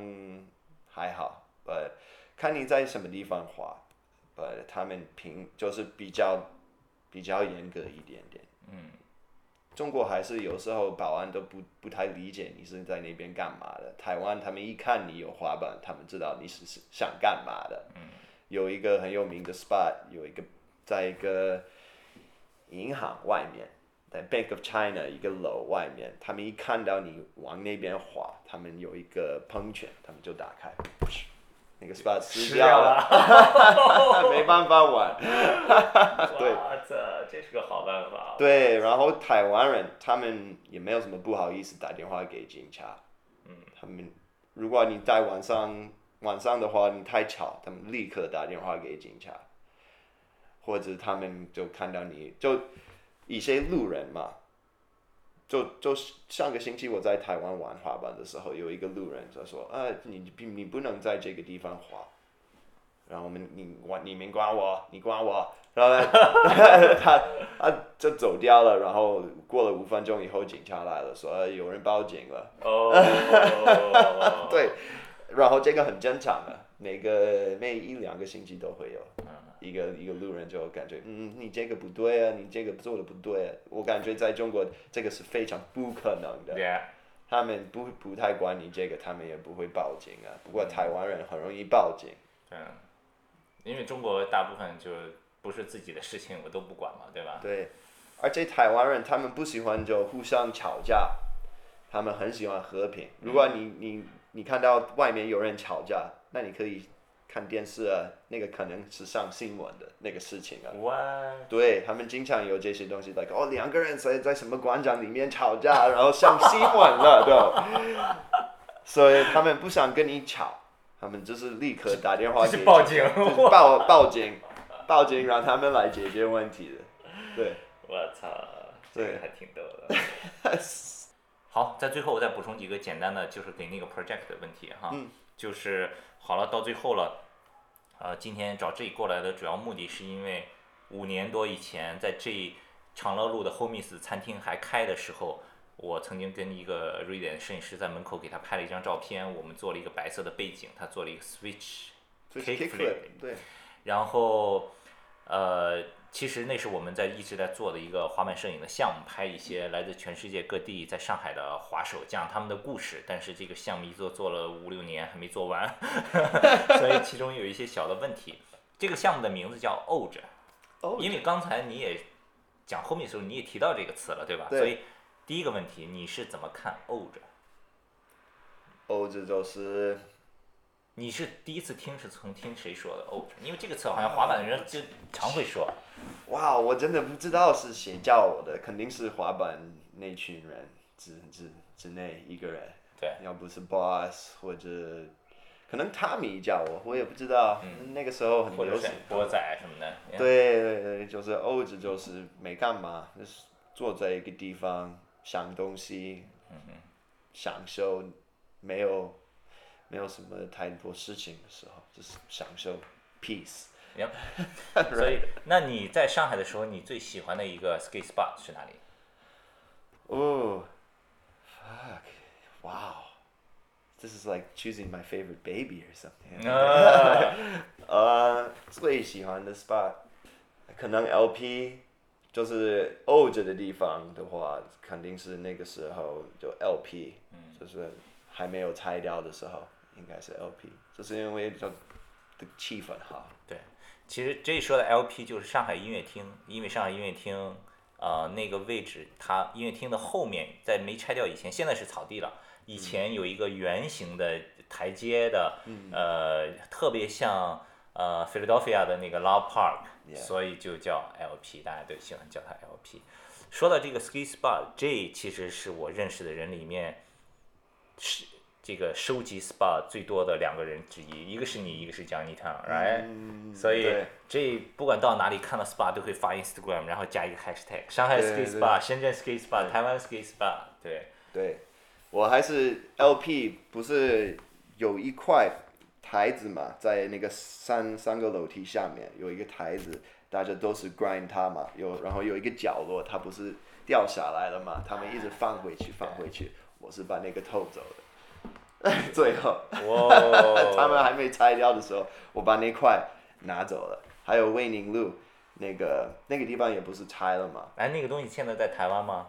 Speaker 2: 还好，呃，看你在什么地方滑，呃，他们平就是比较比较严格一点点。嗯，中国还是有时候保安都不不太理解你是在那边干嘛的。台湾他们一看你有滑板，他们知道你是是想干嘛的。嗯，有一个很有名的 spot，有一个在一个银行外面。在 Bank of China 一个楼外面，他们一看到你往那边滑，他们有一个喷泉，他们就打开，那个 spot
Speaker 1: 吃
Speaker 2: 撕掉了，
Speaker 1: 了。
Speaker 2: 没办法玩。 *laughs* 对
Speaker 1: 哇，这这是个好办法。
Speaker 2: 对，然后台湾人他们也没有什么不好意思打电话给警察，嗯，他们如果你在晚上晚上的话，你太吵，他们立刻打电话给警察，或者他们就看到你就一些路人嘛，就就上个星期我在台湾玩滑板的时候，有一个路人就说，啊，你你你不能在这个地方滑。然后我们你管你们管我，你管我，然后呢他他就走掉了，然后过了五分钟以后，警察来了，说呃有人报警了，
Speaker 1: 哦，
Speaker 2: 对，然后这个很正常的，每个每一两个星期都会有，一个一个路人就感觉嗯你这个不对啊，你这个做的不对、啊，我感觉在中国这个是非常不可能的，
Speaker 1: 对，
Speaker 2: 他们不不太管你这个，他们也不会报警啊，不过台湾人很容易报警，
Speaker 1: 嗯，因为中国大部分就不是自己的事情，我都不管嘛，对吧？
Speaker 2: 对，而且台湾人他们不喜欢就互相吵架，他们很喜欢和平。如果
Speaker 1: 嗯
Speaker 2: 你你你看到外面有人吵架，那你可以看电视啊，那个可能是上新闻的那个事情啊。
Speaker 1: 哇，
Speaker 2: 对他们经常有这些东西，like 哦，两个人在在什么广场里面吵
Speaker 1: *laughs*
Speaker 2: 架，然后上新闻了，对吧？所以他们不想跟你吵，他们就是立刻打电话
Speaker 1: 这
Speaker 2: 给
Speaker 1: 是报警，
Speaker 2: 就是报报警，报警让他们来解决问题的，对。
Speaker 1: 我操，这
Speaker 2: 对
Speaker 1: 个还挺逗的。 *laughs* 好，在最后我再补充几个简单的，就是给那个 project 的问题哈，就是好了，到最后了，呃，今天找 J 过来的主要目的是因为五年多以前在 J 长乐路的 Homies 餐厅还开的时候，我曾经跟一个瑞典摄影师在门口给他拍了一张照片，我们做了一个白色的背景，他做了一个 switch
Speaker 2: 就是
Speaker 1: Kickflip
Speaker 2: kickflip，对，
Speaker 1: 然后，呃，其实那是我们在一直在做的一个滑板摄影的项目，拍一些来自全世界各地在上海的滑手讲他们的故事。但是这个项目一做做了五六年还没做完， *laughs* 所以其中有一些小的问题。这个项目的名字叫 OJ，
Speaker 2: 哦
Speaker 1: 因为刚才你也讲后面的时候你也提到这个词了，对吧？
Speaker 2: 对
Speaker 1: 所以第一个问题你是怎么看 OJ？
Speaker 2: 欧洲哦就是
Speaker 1: 你是第一次听是从听谁说的 OJ？因为这个词好像滑板的人就常会说。
Speaker 2: 哇，我真的不知道是谁叫我的，肯定是滑板那群人之之之内一个人，
Speaker 1: 对，
Speaker 2: 要不是 boss 或者可能 Tommy 叫我，我也不知道，那个时候很
Speaker 1: 或者
Speaker 2: 流
Speaker 1: 是
Speaker 2: 行，
Speaker 1: 钵仔什么的。嗯，
Speaker 2: 对对对，就是欧洲就是没干嘛，就是坐在一个地方想东西，享受，没有没有什么太多事情的时候，就是享受 peace。
Speaker 1: 所以，那你在上海的时候，你最喜欢的一个 skate spot 是哪里？
Speaker 2: Oh, fuck. Wow. This is like choosing my favorite baby or something. *laughs* Uh, 呃，最喜欢的 spot 可能 LP 就是 o 着的地方的话，肯定是那个时候就 LP，、就是还没有拆掉的时候，应该是 LP，就是因为就的气氛好。
Speaker 1: 对，其实这一说的 LP 就是上海音乐厅，因为上海音乐厅，呃，那个位置它音乐厅的后面，在没拆掉以前，现在是草地了。以前有一个圆形的台阶的，呃，特别像呃 Philadelphia 的那个 Love Park，、
Speaker 2: Yeah
Speaker 1: 所以就叫 LP，大家都喜欢叫它 LP。说到这个 ski spot，这其实是我认识的人里面，是这个收集 SPA 最多的两个人之一，一个是你，一个是江一汤，right？、所以
Speaker 2: 嗯对
Speaker 1: 这不管到哪里看到 SPA 都会发 Instagram，然后加一个 hashtag，上海
Speaker 2: 对
Speaker 1: skate
Speaker 2: 对
Speaker 1: SPA、深圳 skate SPA、台湾 skate SPA，对，
Speaker 2: 对，我还是 LP，不是有一块台子嘛，在那个三三个楼梯下面有一个台子，大家都是 grind 它嘛，有然后有一个角落，它不是掉下来了嘛，他们一直放回去放回去，我是把那个偷走的， *laughs* 最后
Speaker 1: 哇，
Speaker 2: *laughs* 他们还没拆掉的时候，我把那块拿走了，还有卫宁路。那个那个地方也不是拆了嘛，
Speaker 1: 哎，那个东西现在在台湾吗？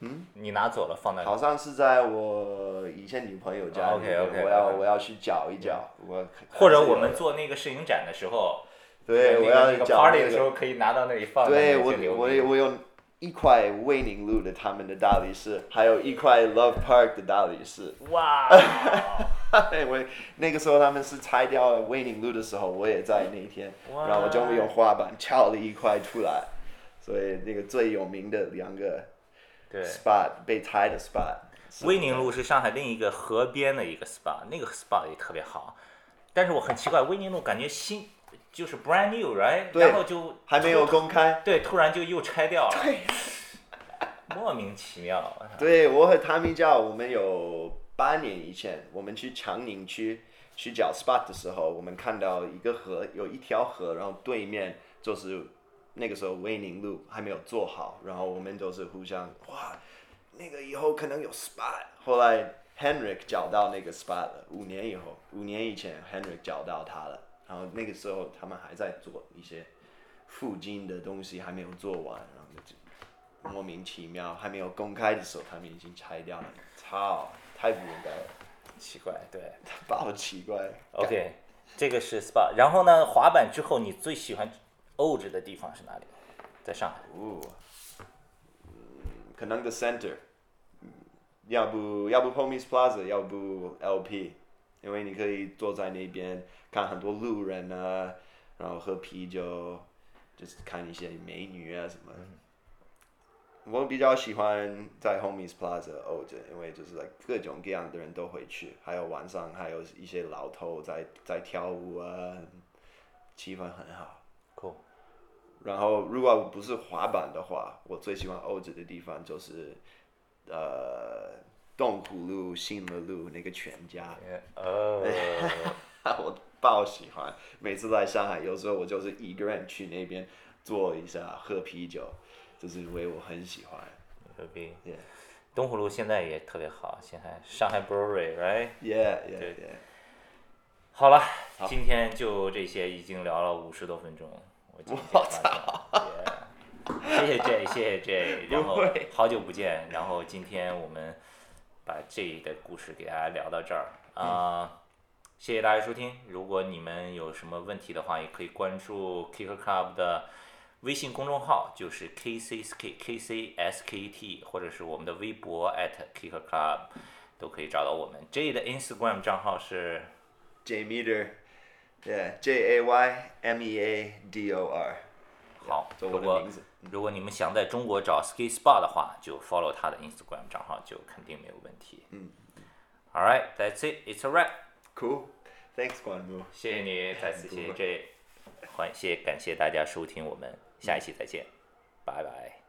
Speaker 1: 嗯，你拿走了放在
Speaker 2: 好像是在我以前女朋友家
Speaker 1: 啊
Speaker 2: 里面
Speaker 1: ，OK，OK，
Speaker 2: 我要
Speaker 1: OK
Speaker 2: 我要去找一找，我
Speaker 1: 或者我们做那个摄影展的时候，
Speaker 2: 对，
Speaker 1: 那
Speaker 2: 我
Speaker 1: 个
Speaker 2: 要
Speaker 1: 那个
Speaker 2: 找
Speaker 1: party
Speaker 2: 那
Speaker 1: 的时
Speaker 2: 个，
Speaker 1: 候可以拿到那里放，
Speaker 2: 对
Speaker 1: 然后
Speaker 2: 我
Speaker 1: 就留
Speaker 2: 我
Speaker 1: 念
Speaker 2: 我有一块威宁 *laughs* 路的他们的大理石，还有一块 Love Park 的大理石，
Speaker 1: 哇，
Speaker 2: 对，我那个时候他们是拆掉了威宁路的时候，我也在那一天，
Speaker 1: 哇
Speaker 2: 然后我就用滑板撬了一块出来，所以那个最有名的两个
Speaker 1: 对，
Speaker 2: spot 被拆的 spot，
Speaker 1: 威宁路是上海另一个河边的一个 SPA，那个 SPA 也特别好，但是我很奇怪，威宁路感觉新就是 brand new right，
Speaker 2: 对
Speaker 1: 然后就
Speaker 2: 还没有
Speaker 1: 突
Speaker 2: 公开。
Speaker 1: 对，突然就又拆掉了， *laughs* 莫名其妙。我操
Speaker 2: 对我和汤米教，我们有八年以前，我们去长宁区去找 spot 的时候，我们看到一个河，有一条河，然后对面就是那个时候威宁路还没有做好，然后我们就是互相哇，那个以后可能有 spot。后来 Henrik 找到那个 spot 了，五年以后，五年以前 Henrik 找到他了，然后那个时候他们还在做一些附近的东西还没有做完，然后就莫名其妙，还没有公开的时候，他们已经拆掉了。操，太不应该了， *laughs*
Speaker 1: 奇怪，对
Speaker 2: 他好奇怪。
Speaker 1: ，OK，这个是 SPA。然后呢，滑板之后你最喜欢 OG 的地方是哪里？在上海。
Speaker 2: 哦，嗯可能 The Center，嗯要不要不 Homies Plaza，要不 LP，因为你可以坐在那边看很多路人啊，然后喝啤酒，就是看一些美女啊什么。我比较喜欢在 Homies Plaza 欧着，因为就是 like 各种各样的人都会去，还有晚上还有一些老头在在跳舞啊，气氛很好。
Speaker 1: Cool，
Speaker 2: 然后如果不是滑板的话，我最喜欢欧洲的地方就是，呃，东湖路、信乐路那个全家， *laughs*
Speaker 1: *laughs* 呃，
Speaker 2: 我爆喜欢。每次来上海，有时候我就是一个人去那边坐一下，喝啤酒，就是因为我很喜欢。
Speaker 1: 牛逼
Speaker 2: Yeah
Speaker 1: 东湖路现在也特别好，现在上海 Brewery right。
Speaker 2: Yeah,
Speaker 1: 对
Speaker 2: yeah, yeah.
Speaker 1: 好了，今天就这些，已经聊了五十多分钟。我今天
Speaker 2: 我
Speaker 1: 发现了，yeah 谢谢 J，谢谢
Speaker 2: *laughs*
Speaker 1: J，然后
Speaker 2: 不会
Speaker 1: 好久不见，然后今天我们把 J 的故事给大家聊到这儿啊、
Speaker 2: 嗯
Speaker 1: 谢谢大家收听。如果你们有什么问题的话，也可以关注 Kicker Club 的微信公众号，就是 KCSK KCSKT，或者是我们的微博 at Kicker Club 都可以找到我们。J 的 Instagram 账号是。
Speaker 2: J meter, yeah, J A Y M E A D O R，
Speaker 1: 好，
Speaker 2: 这
Speaker 1: 如
Speaker 2: 我的
Speaker 1: 果
Speaker 2: 名字。嗯
Speaker 1: 如果你们想在中国找 Ski Spa 的话，就 follow 他的 Instagram 账号，就肯定没有问题。嗯，All right, that's it, it's a wrap。
Speaker 2: Cool, thanks, Guan Mu.
Speaker 1: 谢谢你，再次谢谢
Speaker 2: 哎不会嗯
Speaker 1: J，欢谢谢感谢大家收听，我们下一期再见，拜拜。